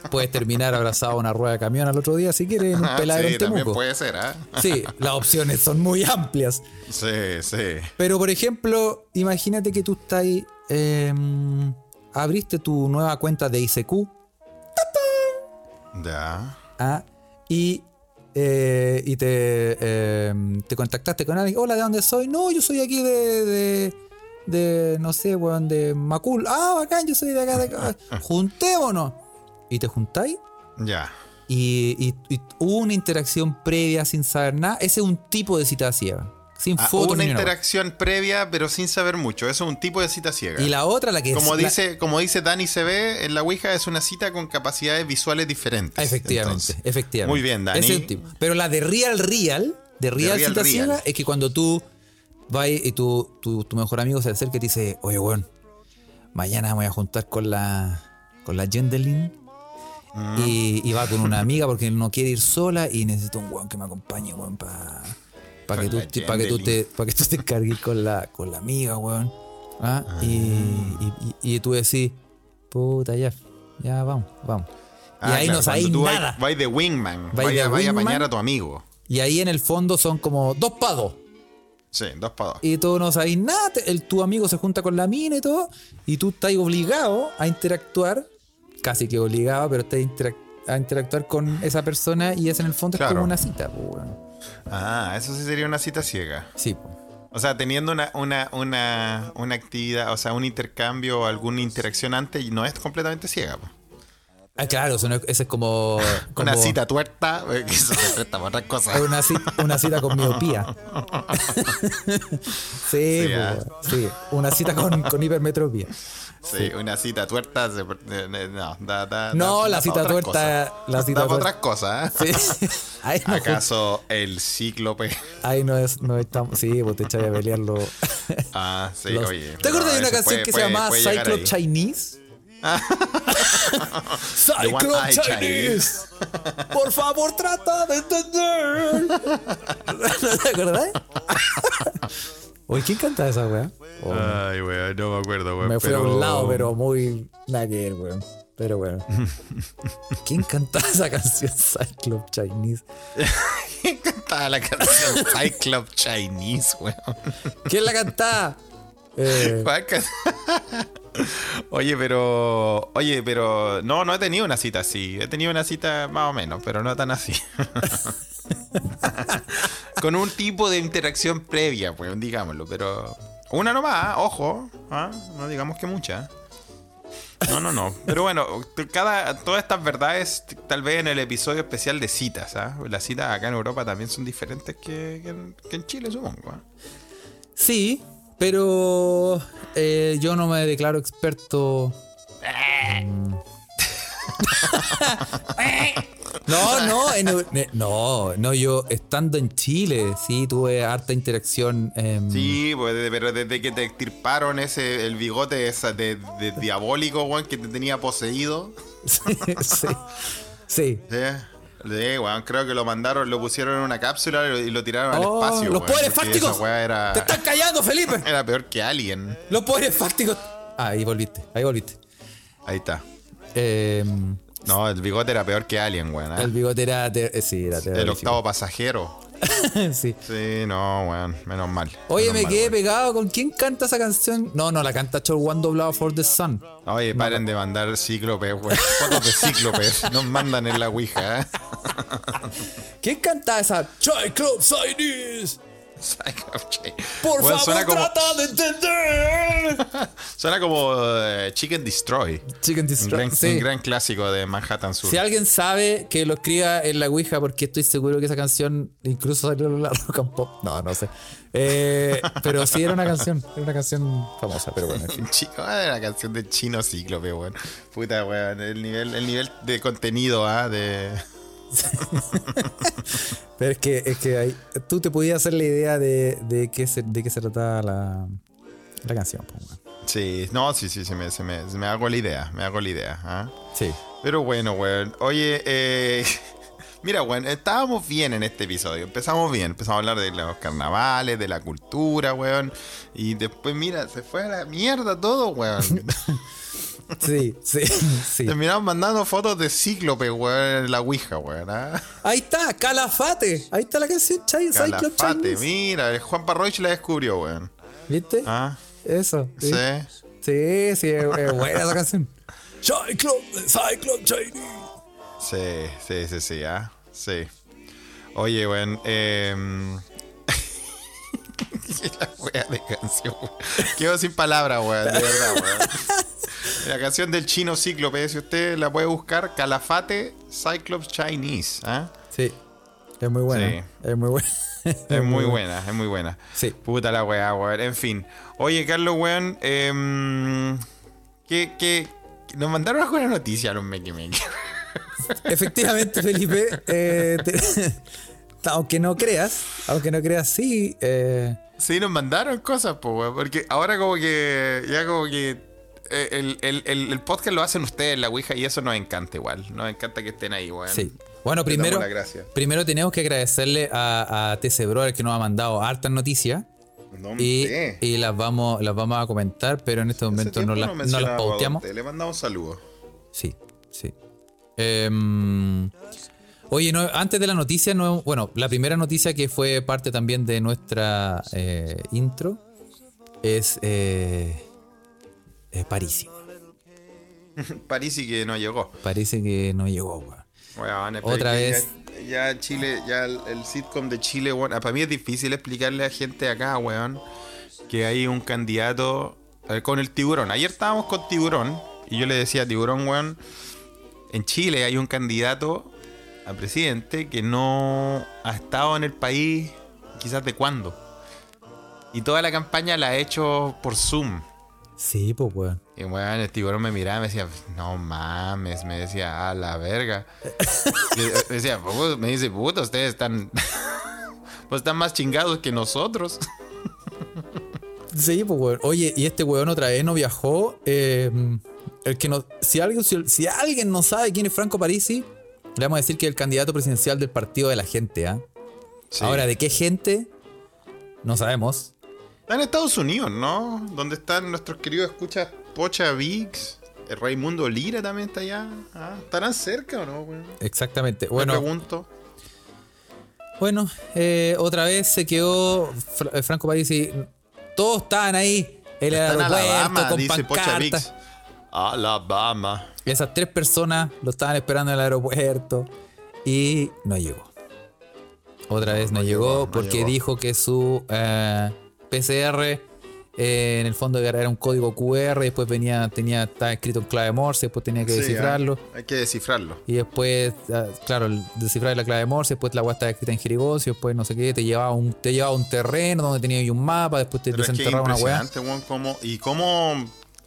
A: puedes terminar abrazado a una rueda de camión al otro día si quieres, en un
C: Ah,
A: peladero
C: sí,
A: en
C: también
A: Temuco.
C: puede ser, ¿ah?
A: Sí, las opciones son muy amplias.
C: Sí, sí.
A: Pero por ejemplo, imagínate que tú estás ahí, em, abriste tu nueva cuenta de ICQ
C: Ya.
A: ah, y, eh, y te, eh, te contactaste con alguien. Hola, ¿de dónde soy? No, yo soy aquí de, de, de, no sé, weón, de Macul. Ah, bacán, yo soy de acá, de
C: [laughs]
A: acá. Juntémonos. Y te juntáis
C: Ya.
A: y, y- y hubo una interacción previa sin saber nada. Ese es un tipo de cita ciega. Sin
C: Ah,
A: fotos
C: una
A: ni nada.
C: interacción previa, pero sin saber mucho. Eso es un tipo de cita ciega.
A: Y la otra, la que
C: como,
A: es. la-
C: dice, como dice Dani CB, en la Ouija es una cita con capacidades visuales diferentes.
A: Efectivamente,
C: Entonces,
A: efectivamente.
C: Muy bien, Dani.
A: Ese es el tipo. Pero la de Real Real, de Real,
C: Real
A: Cita
C: Real.
A: Ciega, es que cuando tú vas y tu, tu, tu mejor amigo se acerca y te dice, oye, weón, mañana me voy a juntar con la, con la Gendelin.
C: Ah.
A: Y, y va con
C: [laughs]
A: una amiga porque no quiere ir sola y necesito un weón que me acompañe, weón, para
C: Con
A: que, tú,
C: la
A: te- pa que, tú te, pa que tú te encargues con la, con la amiga, weón. ¿Ah? Y, y- y- y tú decís, puta, ya, ya vamos, vamos. Y
C: Ah,
A: ahí
C: claro,
A: no
C: cuando
A: sabéis
C: tú vai-
A: nada.
C: vai de wingman.
A: Vai
C: Vaya,
A: de
C: vaya a
A: wingman.
C: apañar a tu amigo.
A: Y ahí en el fondo son como dos pavos.
C: Sí, dos para dos.
A: Y tú no sabes nada. te- El, tu amigo se junta con la mina y todo. Y tú estás obligado a interactuar. Casi que obligado, pero estás interac- a interactuar con esa persona. Y es en el fondo es
C: Claro.
A: como una cita. po, weón.
C: Ah, eso sí sería una cita ciega.
A: Sí, po.
C: O sea, teniendo una, una, una, una actividad, o sea, un intercambio o alguna interacción antes, no es completamente ciega. po.
A: Ah, claro, eso no es- ese es como. como-
C: [laughs] Una cita tuerta, [laughs] eh, que eso se presta para otras
A: es
C: cosas.
A: Una cita, una cita con miopía.
C: [laughs]
A: [laughs] sí,
C: Sí,
A: po,
C: ah.
A: sí, una cita con, con hipermetropía.
C: Sí, una cita tuerta, se pre- eh, no, da, da,
A: No,
C: da-
A: la
C: da
A: cita
C: otras
A: tuerta,
C: cosas.
A: la cita
C: da para
A: tuerta.
C: otras cosas. ¿eh?
A: Sí. [laughs] Ahí nos
C: [laughs] ¿Acaso el cíclope?
A: Ahí no es, no estamos. Sí, vos te echáis a pelearlo. [laughs]
C: Ah, sí, oye.
A: ¿Te acuerdas de
C: pero
A: una
C: eso
A: canción
C: puede-
A: que
C: puede-
A: se llamaba
C: puede llegar
A: Cyclo
C: ahí.
A: Chinese?
C: [laughs]
A: [laughs]
C: The One
A: Cyclo
C: Eye
A: Chinese. Por favor, trata de entender. [laughs] ¿No te acordás? [laughs] Oye, ¿quién canta esa weá? Oh,
C: Ay, weón, no me acuerdo, weón.
A: me fui
C: pero-
A: a un lado,
C: [laughs]
A: pero muy. Nada que ver, weón. Pero bueno. ¿Quién canta esa canción [laughs] Cyclo Chinese?
C: Me encantaba la canción Cyclop Chinese, weón.
A: ¿Quién la cantaba?
C: [laughs]
A: Eh,
C: ¿Cuál can- Oye, pero. Oye, pero. No, no he tenido una cita así. He tenido una cita más o menos, pero no tan así. [laughs] Con un tipo de interacción previa, pues, digámoslo, pero. Una nomás, ¿ah? ojo. ¿ah? No digamos que mucha. No, no, no. Pero bueno, cada, todas estas verdades, tal vez en el episodio especial de citas, ¿ah? Las citas acá en Europa también son diferentes que, que en, que en Chile, supongo. ¿ah?
A: Sí, pero eh, yo no me declaro experto. Mm. Mm. [laughs] no, no, en Eu- ne- no, no, yo estando en Chile, sí, tuve harta interacción. em,
C: Sí, pues, de- pero desde que te extirparon ese, el bigote esa de, de diabólico, weón, que te tenía poseído.
A: sí, [laughs] sí, sí.
C: Sí. Sí, weón, creo que lo mandaron, lo pusieron en una cápsula y lo, y lo tiraron al
A: Oh,
C: espacio.
A: los
C: weón,
A: poderes
C: porque
A: fácticos.
C: Esa weá era,
A: Te están callando, Felipe.
C: [laughs] era peor que Alien.
A: Los poderes fácticos. Ah, ahí volviste, ahí volviste.
C: Ahí está.
A: Em,
C: No, el bigote era peor que Alien, weón. ¿eh?
A: el bigote era, ter- eh, sí, era
C: El,
A: terrorífico.
C: octavo pasajero.
A: [laughs] sí.
C: Sí, no, weón, menos mal.
A: Oye,
C: menos
A: me
C: mal,
A: quedé
C: weón.
A: pegado. ¿Con quién canta esa canción? No, no, la canta Chol One doblado for the Sun.
C: Oye, paren de mandar cíclopes, weón. [laughs] Fotos de cíclopes. Nos mandan en la Ouija, ¿eh? [laughs]
A: ¿Quién canta esa? Club Chinese. Por
C: Weón,
A: favor,
C: suena como-
A: trata de
C: [laughs]
A: entender.
C: Suena como eh, Chicken Destroy.
A: Chicken
C: Un
A: Destroy.
C: gran,
A: sí.
C: un gran clásico de Manhattan Sur.
A: Si
C: [laughs]
A: alguien sabe que lo escriba en la Ouija, porque estoy seguro que esa canción incluso salió en la [laughs] rock and pop. No, no sé. Eh, pero sí era una canción, era una canción famosa, pero bueno. en fin.
C: Chi- ah, la canción de Chino Cíclope, weón. Puta, weón. El nivel, el nivel de contenido, ¿ah? De...
A: [laughs] Pero es que, es que ahí- tú te podías hacer la idea de, de qué, se, de qué se trataba la, la canción. pues, bueno.
C: Sí, no, sí, sí, se me, se me, se me hago la idea. Me hago la idea, ¿ah?
A: Sí.
C: Pero bueno, weón. Oye, eh, [laughs] mira, weón, estábamos bien en este episodio. Empezamos bien. Empezamos a hablar de los carnavales, de la cultura, weón. Y después, mira, se fue a la mierda
A: [laughs]
C: todo, weón.
A: Sí, sí, [laughs] sí.
C: Terminamos mandando fotos de Cíclope, weón, en la Ouija, weón. ¿ah?
A: Ahí está, Calafate. Ahí está la canción Chay, Cyclone
C: Calafate,
A: Chinese.
C: mira, el Juan Parroich la descubrió, weón.
A: ¿Viste?
C: ¿Ah?
A: Eso.
C: Sí.
A: ¿sí? Sí, sí, es, es buena esa canción. [laughs] Cyclone, Cyclone Chinese.
C: Sí, sí, sí, sí, ah. Sí. Oye, weón. em, [laughs] la wea de canción. weón. Quedo sin palabras, weón. De verdad, weón. La canción del chino Cíclope, si usted la puede buscar, Calafate Cyclops Chinese. ¿ah?
A: Sí, es muy buena.
C: Sí.
A: Es muy buena.
C: Es muy buena, es muy buena.
A: Sí.
C: Puta la weá, weón. En fin. Oye, Carlos, weón. em, ¿qué, qué? Nos mandaron alguna noticia los Meki Meki.
A: Efectivamente, Felipe, eh, te- [laughs] aunque no creas, aunque no creas, sí. eh,
C: [laughs] Sí, nos mandaron cosas, po, weón. Porque ahora como que. Ya como que. eh, El, el- el- el podcast lo hacen ustedes, la Ouija, y eso nos encanta igual. Nos encanta que estén ahí, weón.
A: sí. Bueno,
C: Les damos
A: primero,
C: las gracias.
A: primero tenemos que agradecerle a, a TC Brother que nos ha mandado hartas noticias.
C: No,
A: Y,
C: sé.
A: y las vamos las vamos a comentar, pero en este
C: Hace
A: momento no
C: tiempo
A: las, no las
C: mencionaba a Don
A: pauteamos.
C: Te, Le mandamos saludos.
A: Sí, sí. Em, oye, no, antes de la noticia, no, bueno, la primera noticia que fue parte también de nuestra eh, intro es eh, eh, París.
C: París y que no llegó.
A: Parece que no llegó. weón.
C: Weón, es
A: Otra
C: que
A: vez.
C: Ya, ya Chile, ya el, el sitcom de Chile, weón. ah, Para mí es difícil explicarle a gente acá, weón, que hay un candidato eh, con el tiburón. Ayer estábamos con tiburón y yo le decía a tiburón, weón, en Chile hay un candidato a presidente que no ha estado en el país quizás de cuándo. Y toda la campaña la ha hecho por Zoom.
A: Sí, pues, weón.
C: Y bueno, el tiburón me miraba y me decía, no mames, me decía, a
A: [laughs]
C: la verga. Y eh, me decía, "Pu- me dice, puta, ustedes están. [laughs] Pues están más chingados que nosotros.
A: Sí, pues, weón. Oye, y este weón otra vez no viajó. eh, el que no, si, alguien, si, si alguien no sabe quién es Franco Parisi, le vamos a decir que es el candidato presidencial del Partido de la Gente. ¿ah? Ahora, ¿de qué gente? No sabemos.
C: Está en Estados Unidos, ¿no? Donde están nuestros queridos escuchas Pocha Vix, el Raimundo Lira también está allá. Ah, ¿Estarán cerca o no, güey? Me
A: Exactamente. Bueno,
C: pregunto.
A: Bueno, eh, otra vez se quedó Fra- eh, Franco Parisi. Todos estaban ahí. El
C: Están en
A: aeropuerto
C: Alabama,
A: con
C: dice Pocha Vix.
A: pancartas.
C: Alabama.
A: Esas tres personas lo estaban esperando en el aeropuerto y no llegó. Otra vez no,
C: no
A: llegó,
C: llegó, no
A: porque
C: llegó.
A: dijo que su eh, PCR eh, en el fondo era un código QR, después venía tenía estaba escrito en clave Morse, después tenía que
C: Sí,
A: descifrarlo.
C: ah, Hay que descifrarlo.
A: Y después, ah, claro, el descifrar la clave de Morse, después la guasta escrita en jerigocio, después no sé qué, te llevaba un, te llevaba un terreno donde tenías ahí un mapa, después te
C: Pero es que es
A: desenterraba una weá.
C: impresionante, weón, cómo- y cómo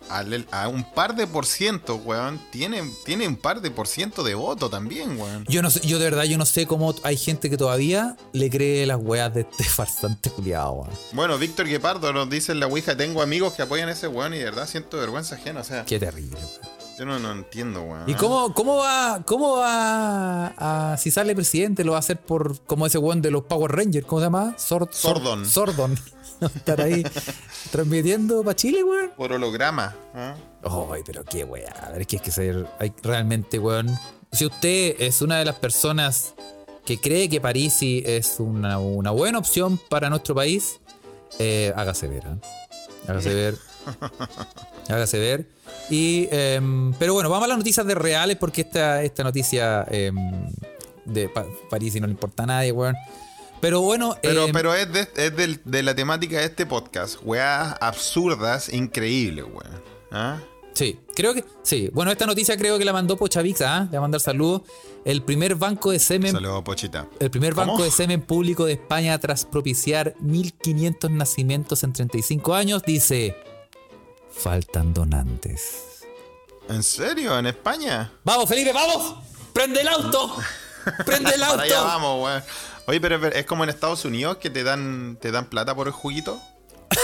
C: al- a un par de por ciento, weón, tiene, tiene un par de por ciento de voto también, weón.
A: Yo no sé, yo de verdad yo no sé cómo hay gente que todavía le cree las weas de este [laughs] farsante culiado, weón.
C: Bueno, Víctor Guepardo nos dice en la Ouija, tengo amigos que apoyan a ese weón y de verdad siento vergüenza ajena, o sea,
A: Qué terrible. weón.
C: yo no, no entiendo, weón.
A: ¿Y cómo, cómo va, cómo va a, si sale presidente, lo va a hacer por como ese weón de los Power Rangers, ¿cómo se llama? Sor- Sor-
C: Sordon.
A: Sordon. [laughs] Estar
C: [laughs]
A: ahí transmitiendo para Chile, weón.
C: Por holograma, ¿ah?
A: Ay, pero qué weá. A ver, es que hay que ser. Hay, realmente, weón. Si usted es una de las personas que cree que Parisi es una, una buena opción para nuestro país, eh, hágase ver. ¿ah? Hágase
C: [laughs]
A: ver. hágase ver. Y, em, pero bueno, vamos a las noticias de reales porque esta, esta noticia em, de Pa- Parisi no le importa a nadie, weón. Pero bueno.
C: Pero,
A: em,
C: pero es, de, es del- de la temática de este podcast, weas absurdas, increíbles, weón. ¿ah?
A: Sí, creo que. Sí, bueno, esta noticia creo que la mandó Pochavixa, ¿ah? le va a mandar saludos. El primer banco de semen.
C: Saludos, Pochita.
A: El primer
C: ¿Cómo?
A: banco de semen público de España tras propiciar 1.500 nacimientos en 35 años dice, faltan donantes.
C: ¿En serio? ¿En España?
A: ¡Vamos, Felipe, vamos! ¡Prende el auto! ¡Prende el
C: [laughs] Para allá
A: auto!
C: vamos, weón. Oye, pero es ver- es como en Estados Unidos que te dan, te dan plata por el juguito.
A: [laughs]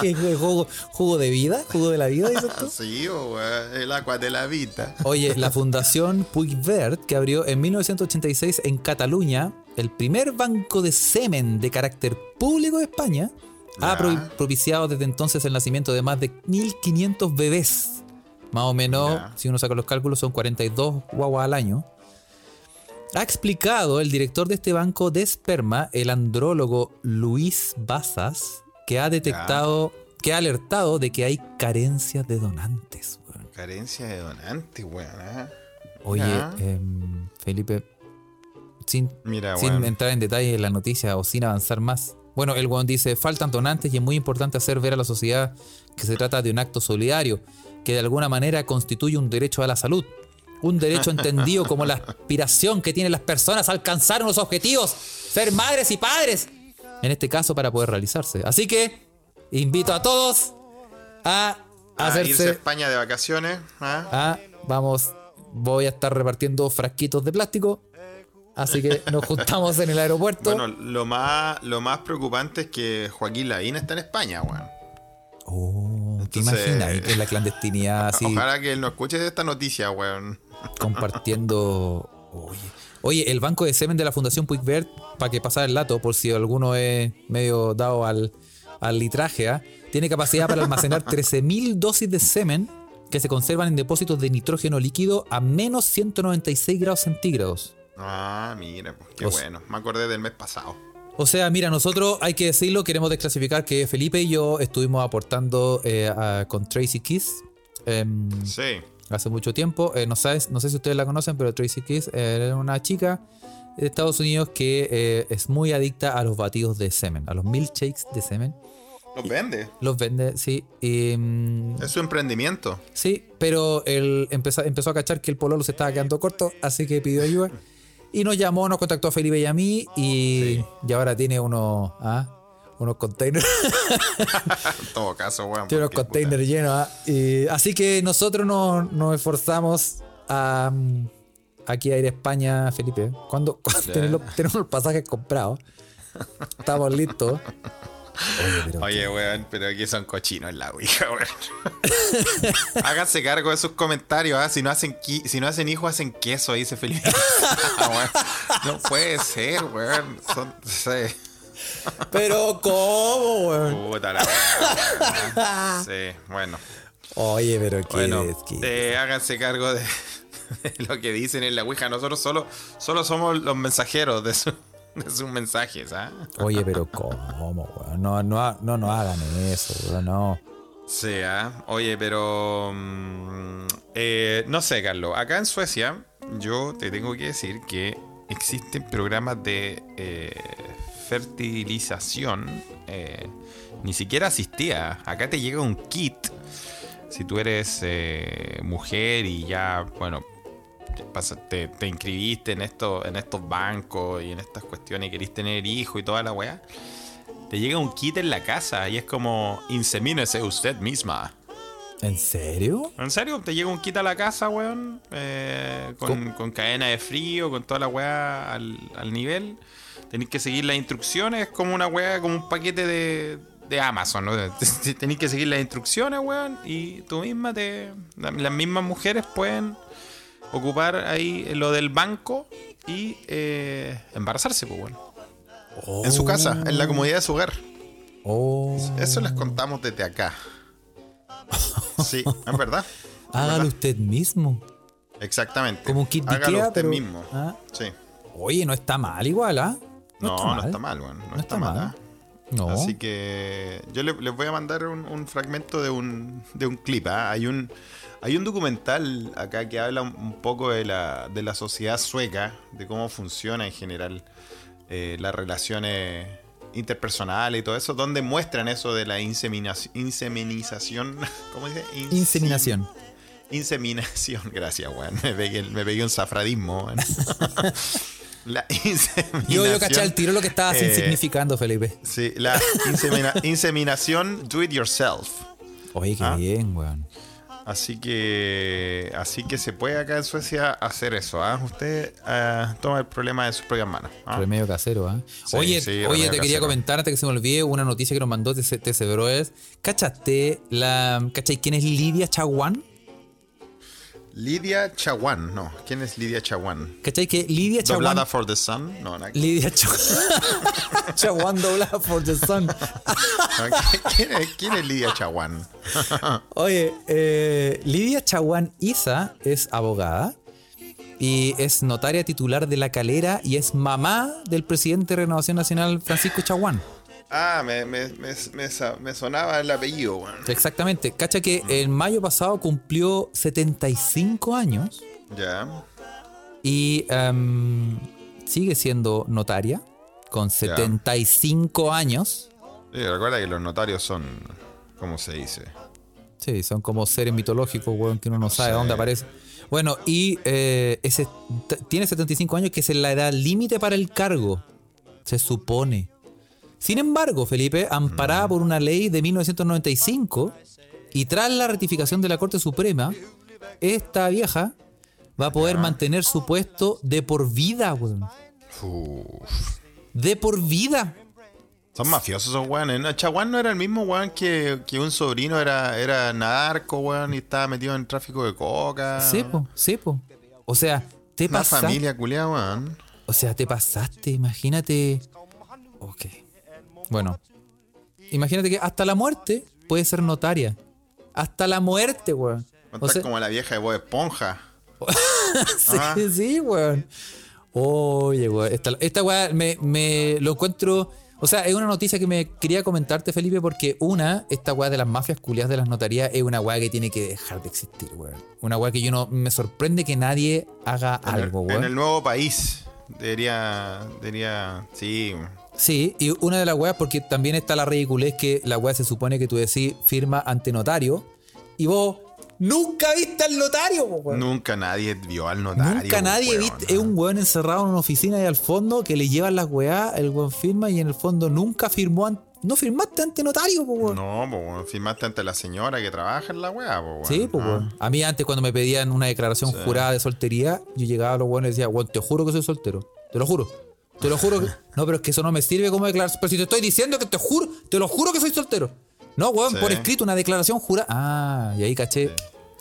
A: ¿Qué es jugo, jugo de vida? ¿Jugo de la vida, dices tú?
C: Sí, weón. El agua de la vida.
A: Oye, la fundación Puigvert, que abrió en 1986 en Cataluña, el primer banco de semen de carácter público de España, ha
C: Ya.
A: pro- propiciado desde entonces el nacimiento de más de 1.500 bebés. Más o menos,
C: Ya.
A: si uno saca los cálculos, son 42 guaguas al año. Ha explicado el director de este banco de esperma, el andrólogo Luis Bazas, que ha detectado queda alertado de que hay carencias de donantes. weón.
C: Carencia de donante, weón. ah.
A: Oye,
C: Ya.
A: em, Felipe, sin,
C: Mira,
A: sin
C: weón.
A: entrar en detalle en la noticia o sin avanzar más. Bueno, el weón dice, faltan donantes y es muy importante hacer ver a la sociedad que se trata de un acto solidario, que de alguna manera constituye un derecho a la salud. Un
C: [laughs]
A: derecho entendido como la aspiración que tienen las personas a alcanzar unos objetivos, ser madres y padres, en este caso para poder realizarse. Así que invito a todos a
C: Ah, irse a
A: hacerse
C: España de vacaciones. ah.
A: Ah, vamos, voy a estar repartiendo frasquitos de plástico. Así que nos juntamos en el aeropuerto.
C: Bueno, lo más, lo más preocupante es que Joaquín Lavín está en España, weón.
A: oh, ¿te
C: entonces-
A: imaginas? Y que la clandestinidad así
C: Ojalá que él no escuche esta noticia, weón.
A: compartiendo. Oye. Oye, el banco de semen de la Fundación Puigbert, para que pasara el dato, por si alguno es medio dado al, al litraje, ¿ah? tiene capacidad para
C: [laughs]
A: almacenar 13.000 dosis de semen que se conservan en depósitos de nitrógeno líquido a menos 196 grados centígrados.
C: Ah, mira, pues qué
A: Os-
C: bueno. Me acordé del mes pasado.
A: O sea, mira, nosotros hay que decirlo, queremos desclasificar que Felipe y yo estuvimos aportando eh, a- con Tracy Kiss em,
C: Sí.
A: hace mucho tiempo. Eh, no, sabes, no sé si ustedes la conocen, pero Tracy Kiss eh, era una chica de Estados Unidos que eh, es muy adicta a los batidos de semen, a los milkshakes de semen.
C: Los vende.
A: Los vende, sí. y, mm,
C: Es su emprendimiento.
A: Sí, pero él empezó, empezó a cachar que el pololo se estaba quedando corto, así que pidió ayuda. Y nos llamó, nos contactó a Felipe y a mí, y, y ahora tiene unos, ah, unos containers, [laughs]
C: En todo caso, weón.
A: tiene unos
C: porque, puta,
A: containers llenos. ah. Y así que nosotros nos, nos esforzamos a, mm, aquí a ir a España, Felipe. Cuando, [laughs] cuando
C: Ya.
A: tenemos, los- tenemos los pasajes comprados, estamos listos. [laughs] Oye, pero
C: Oye, weón, pero aquí son cochinos en la Ouija, [laughs] weón. Háganse cargo de sus comentarios, ¿ah? Si no hacen qui- si no hacen hijos, hacen queso, dice Felipe. Ah, weón. No puede ser, weón. Son, sí.
A: Pero, ¿cómo, weón?
C: Puta la weá. Sí, bueno.
A: Oye, pero qué.
C: Bueno,
A: qué-
C: eh, háganse cargo de, [laughs] de lo que dicen en la Ouija. Nosotros solo, solo somos los mensajeros de, su- de sus mensajes, ¿ah?
A: Oye, pero ¿cómo, weón? No, no, ha- no, no hagan eso, weón, no.
C: Sí, ah. Oye, pero. mm, eh, no sé, Carlos. Acá en Suecia, yo te tengo que decir que existen programas de eh, fertilización. eh, ni siquiera asistía. Acá te llega un kit. Si tú eres eh, mujer y ya, bueno, te, pasa- te- te inscribiste en, esto, en estos bancos y en estas cuestiones y querís tener hijo y toda la weá. Te llega un kit en la casa y es como insemínese usted misma.
A: ¿En serio?
C: ¿En serio? Te llega un kit a la casa, weón. eh, con,
A: ¿Cómo?
C: con cadena de frío, con toda la weá al, al nivel. Tenéis que seguir las instrucciones, es como una weá, como un paquete de, de Amazon, ¿no? [laughs] Tenéis que seguir las instrucciones, weón. Y tú misma te. la- Las mismas mujeres pueden ocupar ahí lo del banco y eh, embarazarse, pues, weón. En su casa, en la comodidad de su hogar.
A: Oh.
C: Eso les contamos desde
A: [laughs]
C: acá. Sí, es verdad. Es
A: Hágalo
C: verdad.
A: usted mismo.
C: Exactamente.
A: Ah, Como un kit de
C: Hágalo
A: Ikea,
C: usted
A: pero-
C: mismo.
A: ah.
C: Sí.
A: Oye, no está mal igual, ¿ah?
C: No, no está mal, weón. No, está, mal. ¿ah?
A: No.
C: Así que yo le- les voy a mandar un, un fragmento de un, de un clip. ¿ah? Hay, un, hay un documental acá que habla un- un poco de la, de la sociedad sueca, de cómo funciona en general eh, las relaciones interpersonales y todo eso, donde muestran eso de la inseminación. inseminización. [laughs] ¿Cómo dice? Inse-
A: Inseminación.
C: Inseminación, [laughs] gracias, weón. Me pegué, me pegué un
A: [laughs]
C: safradismo, weón. La inseminación.
A: Yo, yo caché al tiro lo que estabas
C: eh,
A: insignificando, Felipe.
C: Sí, la insemina- [laughs] inseminación do it yourself.
A: Oye, qué
C: ah.
A: bien, weón.
C: Así que así que se puede acá en Suecia hacer eso, ¿ah? Usted ah, toma el problema de sus propias manos. ¿ah?
A: Remedio casero, ¿ah?
C: Sí,
A: oye,
C: sí,
A: oye
C: remedio
A: te quería
C: casero.
A: comentar antes que se me olvide una noticia que nos mandó TC TC Brothers. ¿Cachaste la. ¿Cachai quién es Lidia Chaguán?
C: Lidia Chaguán, no. ¿Quién es Lidia Chaguán?
A: ¿Cachai que Lidia Chaguán
C: Doblada for the Sun, no. na-
A: Lidia Chaguán. [laughs] Chaguán doblada por The Sun. [laughs]
C: ¿Quién es, quién es Lidia Chaguán?
A: Oye, eh, Lidia Chaguán Isa es abogada y es notaria titular de La Calera y es mamá del presidente de Renovación Nacional Francisco Chaguán.
C: Ah, me, me, me, me sa- me sonaba el apellido, weón.
A: Exactamente. Cacha que en mayo pasado cumplió 75 años
C: Ya.
A: y em, sigue siendo notaria con 75 años.
C: Sí, recuerda que los notarios son. ¿Cómo se dice?
A: Sí, son como seres mitológicos, weón, que uno no sabe
C: Sí.
A: dónde aparece. Bueno, y eh, ese, t- tiene 75 años, que es la edad límite para el cargo, se supone. Sin embargo, Felipe, amparada por una ley de 1995 y tras la ratificación de la Corte Suprema, esta vieja va a poder mantener su puesto de por vida, weón.
C: Uf.
A: De por vida.
C: Son mafiosos esos weones. No, Chaguán no era el mismo weón que, que un sobrino era, era narco, weón, y estaba metido en tráfico de coca.
A: Sepo, sepo. O sea, te
C: Ah. Una
A: pasa.
C: familia culiada, weón.
A: O sea, te pasaste, imagínate. Ok. Bueno. Imagínate que hasta la muerte puede ser notaria. Hasta la muerte, weón.
C: Va a
A: O
C: estar
A: sea,
C: como ah. la vieja de Bob Esponja.
A: [laughs]
C: Ajá.
A: sí, sí, weón. Oye, weón. Esta, esta weá me, me lo encuentro. O sea, es una noticia que me quería comentarte, Felipe, porque una, esta weá de las mafias culiadas de las notarías es una weá que tiene que dejar de existir, weón. Una weá que yo no. Me sorprende que nadie haga
C: En el-
A: algo,
C: en,
A: weón.
C: el nuevo país. Debería. Debería. Sí. weón.
A: Sí, y una de las weas, porque también está la ridiculez que la wea se supone que tú decís firma ante notario y vos nunca viste al notario, po, weón.
C: Nunca nadie vio al notario.
A: Nunca nadie
C: weón.
A: viste, es un weón encerrado en una oficina ahí al fondo que le llevan las weas, el weón firma y en el fondo nunca firmó, an- no firmaste ante notario, po, weón.
C: No, pues weón, firmaste ante la señora que trabaja en la weá, pues
A: Sí, pues,
C: Ah.
A: weón. A mí antes cuando me pedían una declaración jurada de soltería, yo llegaba a los weones y decía, weón, te juro que soy soltero. Te lo juro. Te lo
C: [laughs]
A: juro. que- No, pero es que eso no me sirve como declaración. Pero si te estoy diciendo que te juro, te lo juro que soy soltero. No, weón,
C: Sí.
A: por escrito una declaración jurada. Ah, y ahí caché.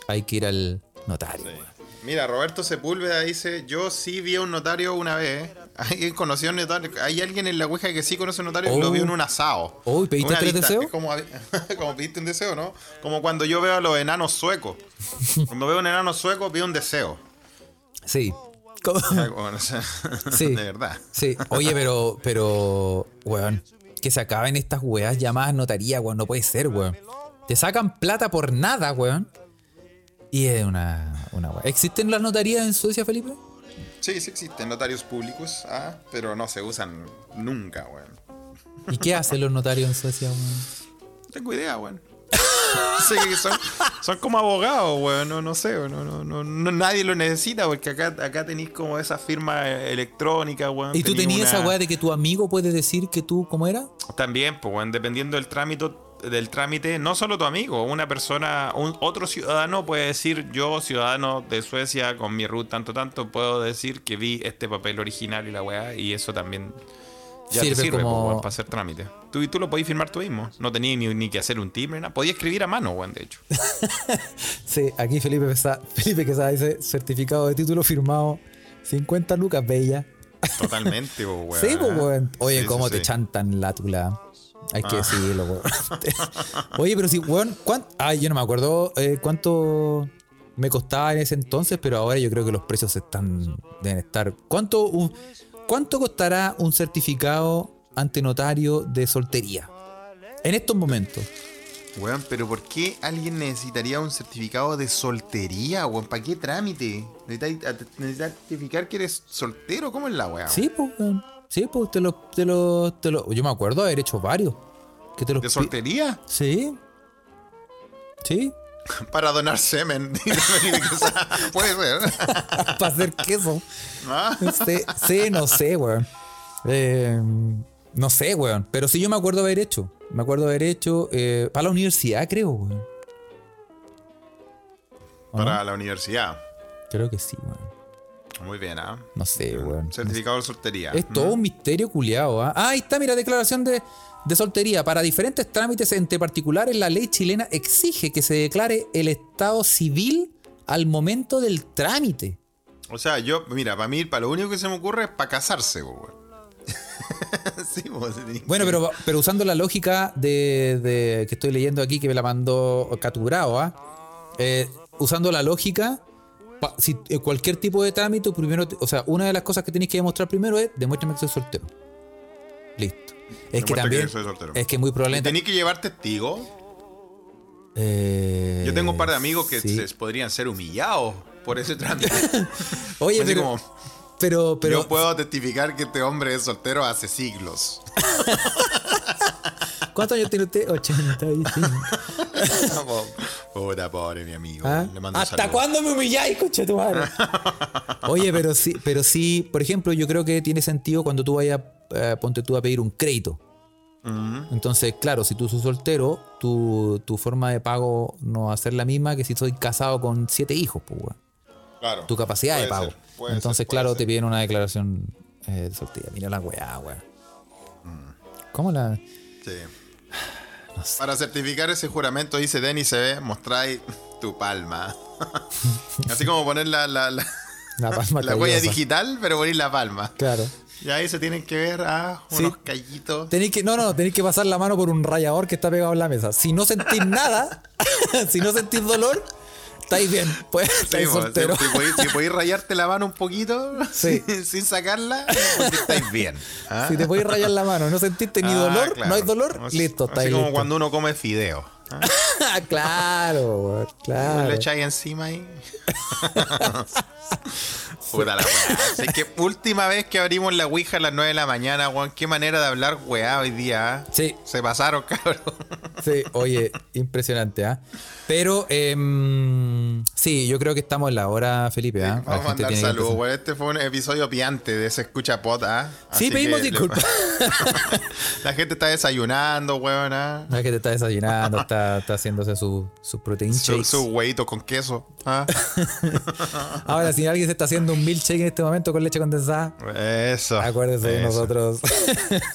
A: Hay que ir al notario. weón.
C: Mira, Roberto Sepúlveda dice, yo sí vi a un notario una vez. ¿eh? Alguien conoció a un notario. Hay alguien en la Ouija que sí conoce a un notario y
A: Oh.
C: lo vio en un asado.
A: Oh, ¿y pediste
C: Una
A: tres
C: vista.
A: deseos?
C: Es como, [laughs] como pediste un deseo, ¿no? Como cuando yo veo a los enanos suecos. Cuando veo a un enano sueco, pido
A: [laughs]
C: un deseo.
A: Sí. Como-
C: Bueno, o sea, [laughs]
A: Sí.
C: De verdad.
A: Sí. Oye, pero, pero, weón. Que se acaben estas weas llamadas notaría, weón. No puede ser, weón. Te sacan plata por nada, weón. Y es una, una wea. ¿Existen las notarías en Suecia, Felipe?
C: Sí, sí existen notarios públicos, ah, pero no se usan nunca, weón.
A: ¿Y qué hacen los notarios en Suecia, weón?
C: No tengo idea, weón. [laughs] Sí, que son, son como abogados, weón. No, no sé, weón. No, no, no, no- nadie lo necesita porque acá, acá tenéis como esa firma eh, electrónica, weón.
A: ¿Y tú
C: Tenís
A: tenías
C: una-
A: esa weá de que tu amigo puede decir que tú, ¿cómo era?
C: También, pues, weón, dependiendo del trámite, del trámite, no solo tu amigo, una persona, un, otro ciudadano puede decir, yo, ciudadano de Suecia, con mi root tanto, tanto, puedo decir que vi este papel original y la weá, y eso también ya
A: Sirve
C: te sirve,
A: como-
C: pues, weón, para hacer trámite. Tú, y tú lo podías firmar tú mismo, no tenías ni, ni que hacer un timbre, nada, podías escribir a mano,
A: [laughs]
C: weón, de hecho.
A: Sí, aquí Felipe Quesada, Felipe Quesada dice certificado de título firmado, 50 lucas, bella.
C: Totalmente, po, weón. ¿eh?
A: Sí, pues, weón. Oye,
C: Sí,
A: cómo
C: sí, Ah.
A: te
C: sí.
A: chantan la tula. Hay que decirlo,
C: [laughs]
A: weón. [laughs] Oye, pero si, weón, ¿cuánto? Ay, yo no me acuerdo eh, cuánto me costaba en ese entonces, pero ahora yo creo que los precios están deben estar. ¿Cuánto, un- cuánto costará un certificado ante notario de soltería? En estos momentos.
C: Weón, pero ¿por qué alguien necesitaría un certificado de soltería, weón? ¿Para qué trámite? ¿Necesitas necesitas certificar que eres soltero? ¿Cómo es la weá?
A: Sí, pues, weón. Sí, pues, te lo, te lo, te lo. Yo me acuerdo haber hecho varios. Que te los
C: ¿De
A: pi-
C: soltería? [laughs]
A: Sí. Sí.
C: Para donar semen. [laughs]
A: [laughs]
C: Puede ser.
A: Para hacer queso.
C: ¿Ah?
A: Sí, sí, no sé, weón. Eh, no sé, weón. Pero sí yo me acuerdo haber hecho. Me acuerdo haber hecho eh, para la universidad, creo, weón. ¿O no?
C: Para la universidad.
A: Creo que sí, weón.
C: Muy bien, ¿ah?
A: No sé, weón.
C: Certificado de soltería. Mm.
A: Es todo un misterio culiado, ¿ah? Ah, ahí está, mira, declaración de, de soltería. Para diferentes trámites entre particulares, la ley chilena exige que se declare el estado civil al momento del trámite.
C: O sea, yo, mira, para mí, para lo único que se me ocurre es para casarse, po, weón. [laughs] sí, po, se tiene que-
A: Bueno, pero, pero usando la lógica de, de- que estoy leyendo aquí, que me la mandó Catugrao, ¿ah? Eh, usando la lógica, pa- si, eh, cualquier tipo de trámite, primero, te- o sea, una de las cosas que tenéis que demostrar primero es demuéstrame que soy soltero. Listo. Es que
C: Demuestra
A: también.
C: que soy soltero.
A: es que muy probablemente.
C: ¿Tenía que llevar testigo?
A: Eh,
C: Yo tengo un par de amigos que
A: sí.
C: se podrían ser humillados por ese trámite.
A: [laughs] Oye,
C: Así
A: pero,
C: como,
A: pero. Pero.
C: Yo puedo testificar que este hombre es soltero hace siglos.
A: ¿Cuántos años tiene
C: [laughs]
A: usted? 85. [laughs]
C: Puta, pobre mi amigo.
A: ¿Ah?
C: Le mando un
A: ¿Hasta
C: saludo.
A: cuándo me humilláis, coche tu madre? [laughs] Oye, pero sí, pero sí, por ejemplo, yo creo que tiene sentido cuando tú vayas, eh, ponte tú a pedir un crédito.
C: Mm,
A: Entonces, claro, si tú sos soltero, tu, tu forma de pago no va a ser la misma que si soy casado con siete hijos, pues, weón.
C: claro.
A: tu capacidad de
C: Puede
A: pago.
C: ser, puede
A: Entonces,
C: ser, puede
A: claro,
C: ser.
A: te piden una declaración eh, de soltera. Mira la weá, weón.
C: Mm.
A: ¿Cómo la.?
C: Sí.
A: [sighs] No sé.
C: Para certificar ese juramento, dice Denny CB, mostráis tu
A: [laughs]
C: palma. [laughs] Así como poner la, la, la- [laughs]
A: La palma
C: la huella
A: callosa.
C: digital, pero poner la palma.
A: Claro.
C: Y ahí se tienen que ver a
A: Sí.
C: unos callitos.
A: Tenéis que, no, no, tenéis que pasar la mano por un rayador que está pegado en la mesa. Si no sentís nada, [laughs] si no sentís dolor, estáis bien. Pues estáis
C: Sí, po,
A: soltero.
C: Si, si podéis- si podéis rayarte la mano un poquito
A: Sí.
C: [laughs] sin, sin sacarla, [laughs] porque estáis bien. ¿ah?
A: [laughs] Si te podéis rayar la mano, no sentiste ni
C: Ah,
A: dolor,
C: claro.
A: no hay dolor,
C: Así-
A: listo, estáis
C: Así
A: [laughs]
C: como
A: listo.
C: cuando uno come fideo. ¿ah?
A: claro, weón,
C: Le
A: claro.
C: echáis
A: [laughs]
C: encima ahí. Puta la weá. Así que última vez que abrimos la Ouija a las 9 de la mañana, weón. Qué manera de hablar weá hoy día. ¿ah?
A: Sí.
C: Se pasaron, [laughs] cabrón.
A: Sí, oye, impresionante, ¿ah? Pero, em, sí, yo creo que estamos en la hora, Felipe, ¿ah? La
C: Vamos a
A: gente
C: mandar
A: tiene que
C: saludos,
A: empezar.
C: weón. Este fue un episodio piante de ese escucha pot, ¿ah?
A: Sí,
C: Así
A: pedimos
C: que le-
A: disculpas.
C: [laughs] la gente está desayunando, weón. ¿ah?
A: No es que te está desayunando, está, está haciéndose su, su protein
C: Su,
A: shakes.
C: su hueito con queso.
A: [laughs]
C: ¿ah?
A: Ahora, si alguien se está haciendo un milkshake en este momento con leche condensada,
C: Eso.
A: acuérdese de
C: Ah, eso. [laughs]
A: nosotros.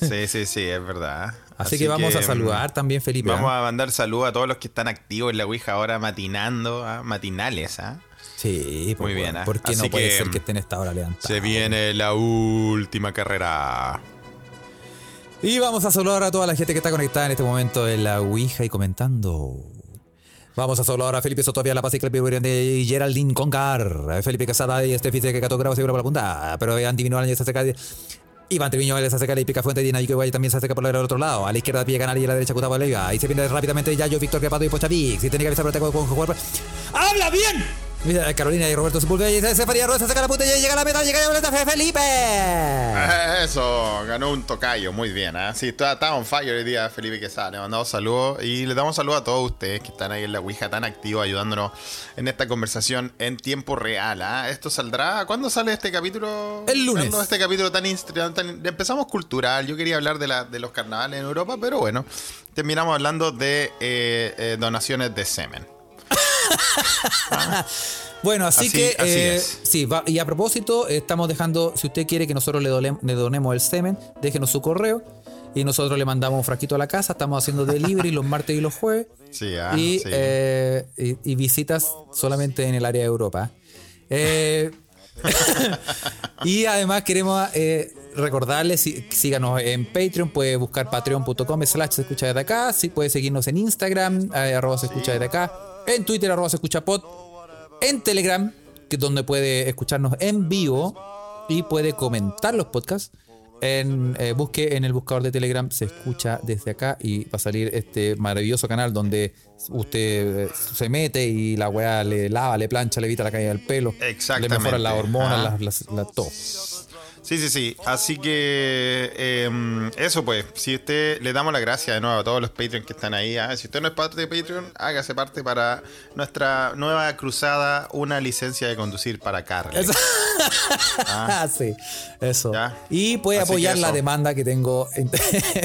C: Sí, sí, sí, es verdad.
A: Así, que vamos a
C: mm,
A: saludar también, Felipe.
C: Vamos
A: ¿ah?
C: a mandar saludos a todos los que están activos en la Ouija ahora matinando, ¿ah? matinales. ¿ah?
A: Sí, pues,
C: Muy bien,
A: bueno,
C: ¿ah?
A: Porque
C: Así
A: no puede
C: que,
A: ser que estén a esta hora levantados.
C: Se viene la última carrera.
A: Y vamos a saludar a toda la gente que está conectada en este momento en la Ouija y comentando. Vamos a saludar a Felipe Sotovia, La Paz y Clapiverian de Geraldine Congar, a Felipe Casada y Estefi que Cato Grau seguro por la punta, pero eh, Andy Vinoal se acerca, Iván Treviño se acerca y Pica Fuente y Dina Yuki también se acerca por el otro lado, a la izquierda Pie Canal y a la derecha Cutaba Leiva, y se viene rápidamente Yayo, Víctor Capato y Pochavic, si tiene que avisar pero tengo con jugar ¡Habla bien! Mira, Carolina y Roberto Sepulveda y Sefaria Rosa saca la punta y llega a la meta, llega a la meta Felipe.
C: [laughs] Eso, ganó un tocayo, muy bien. ¿ah? Sí, está, está on fire hoy día Felipe Quesada. Le mandamos saludos y le damos saludos a todos ustedes que están ahí en la Ouija tan activos ayudándonos en esta conversación en tiempo real. ¿ah? Esto saldrá. ¿Cuándo sale este capítulo?
A: El lunes.
C: ¿Cuándo este capítulo tan, instru- tan- Empezamos cultural. Yo quería hablar de, la- de los carnavales en Europa, pero bueno, terminamos hablando de eh, eh, donaciones de semen.
A: Bueno, así,
C: Así-
A: que
C: así
A: eh,
C: es.
A: sí, va- y a propósito, estamos dejando, si usted quiere que nosotros le, dole- le donemos el semen, déjenos su correo y nosotros le mandamos un frasquito a la casa, estamos haciendo delivery los martes y los jueves
C: Sí, [laughs] ah,
A: y,
C: sí.
A: eh, y- y visitas solamente en el área de Europa. Eh, [laughs] y además queremos eh, recordarles, sí- síganos en Patreon, puede buscar patreon.com slash se escucha desde acá, sí, puede seguirnos en Instagram, eh, arroba se escucha desde acá, en Twitter, arroba se escucha pod, en Telegram, que es donde puede escucharnos en vivo y puede comentar los podcasts. En, eh, busque en el buscador de Telegram, se escucha desde acá y va a salir este maravilloso canal donde usted eh, se mete y la weá le lava, le plancha, le evita la caída del pelo, le
C: Exactamente. Ah.
A: mejora las hormonas,
C: Ajá.
A: las, las- la- todo.
C: Sí, sí, sí. Así que eh, eso pues. Si usted le damos la gracia de nuevo a todos los Patreon que están ahí. ah, Si usted no es parte de Patreon, hágase parte para nuestra nueva cruzada, una licencia de conducir para Carla.
A: [laughs] Ah, sí, eso.
C: Ya.
A: Y puede
C: Así que
A: apoyar la
C: eso.
A: demanda que tengo en,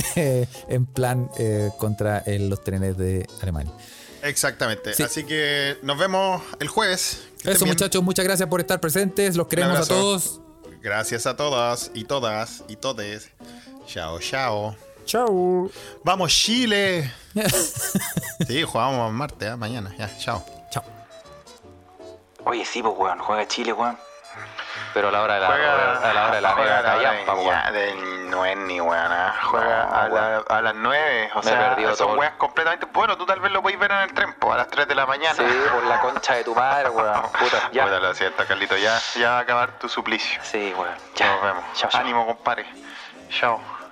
A: [laughs] en plan eh, contra eh, los trenes de Alemania.
C: Exactamente.
A: Sí.
C: Así que nos vemos el jueves. Que
A: Eso
C: estén bien.
A: muchachos, muchas gracias por estar presentes, los queremos a
C: abrazo.
A: todos.
C: Gracias a todas y todas y todes. Chao, chao.
A: Chao.
C: Vamos, Chile. sí, jugamos martes, ah, mañana. Ya, chao.
A: [laughs] Chao.
D: Oye, sí, pues, weón, juega Chile, weón. Pero a la hora de la, a la, hora de la
B: juega
D: mega
B: a la hora
D: callampa,
B: de-
D: weón.
B: ya, de- No es ni buena. Juega
D: No,
B: a, la- a las 9. O
D: Me he
B: sea,
D: perdido
B: son
D: todo.
B: weas completamente. Bueno, tú tal vez lo podéis ver en el tren, po, a las 3 de la mañana. [laughs]
D: Sí, por la concha de tu madre, weón. Puta, ya.
B: Puta, lo siento, Carlito. Ya, ya va a acabar tu suplicio.
D: Sí, weón.
B: Nos vemos.
D: Chao, chao.
B: Ánimo, compadre. Chao.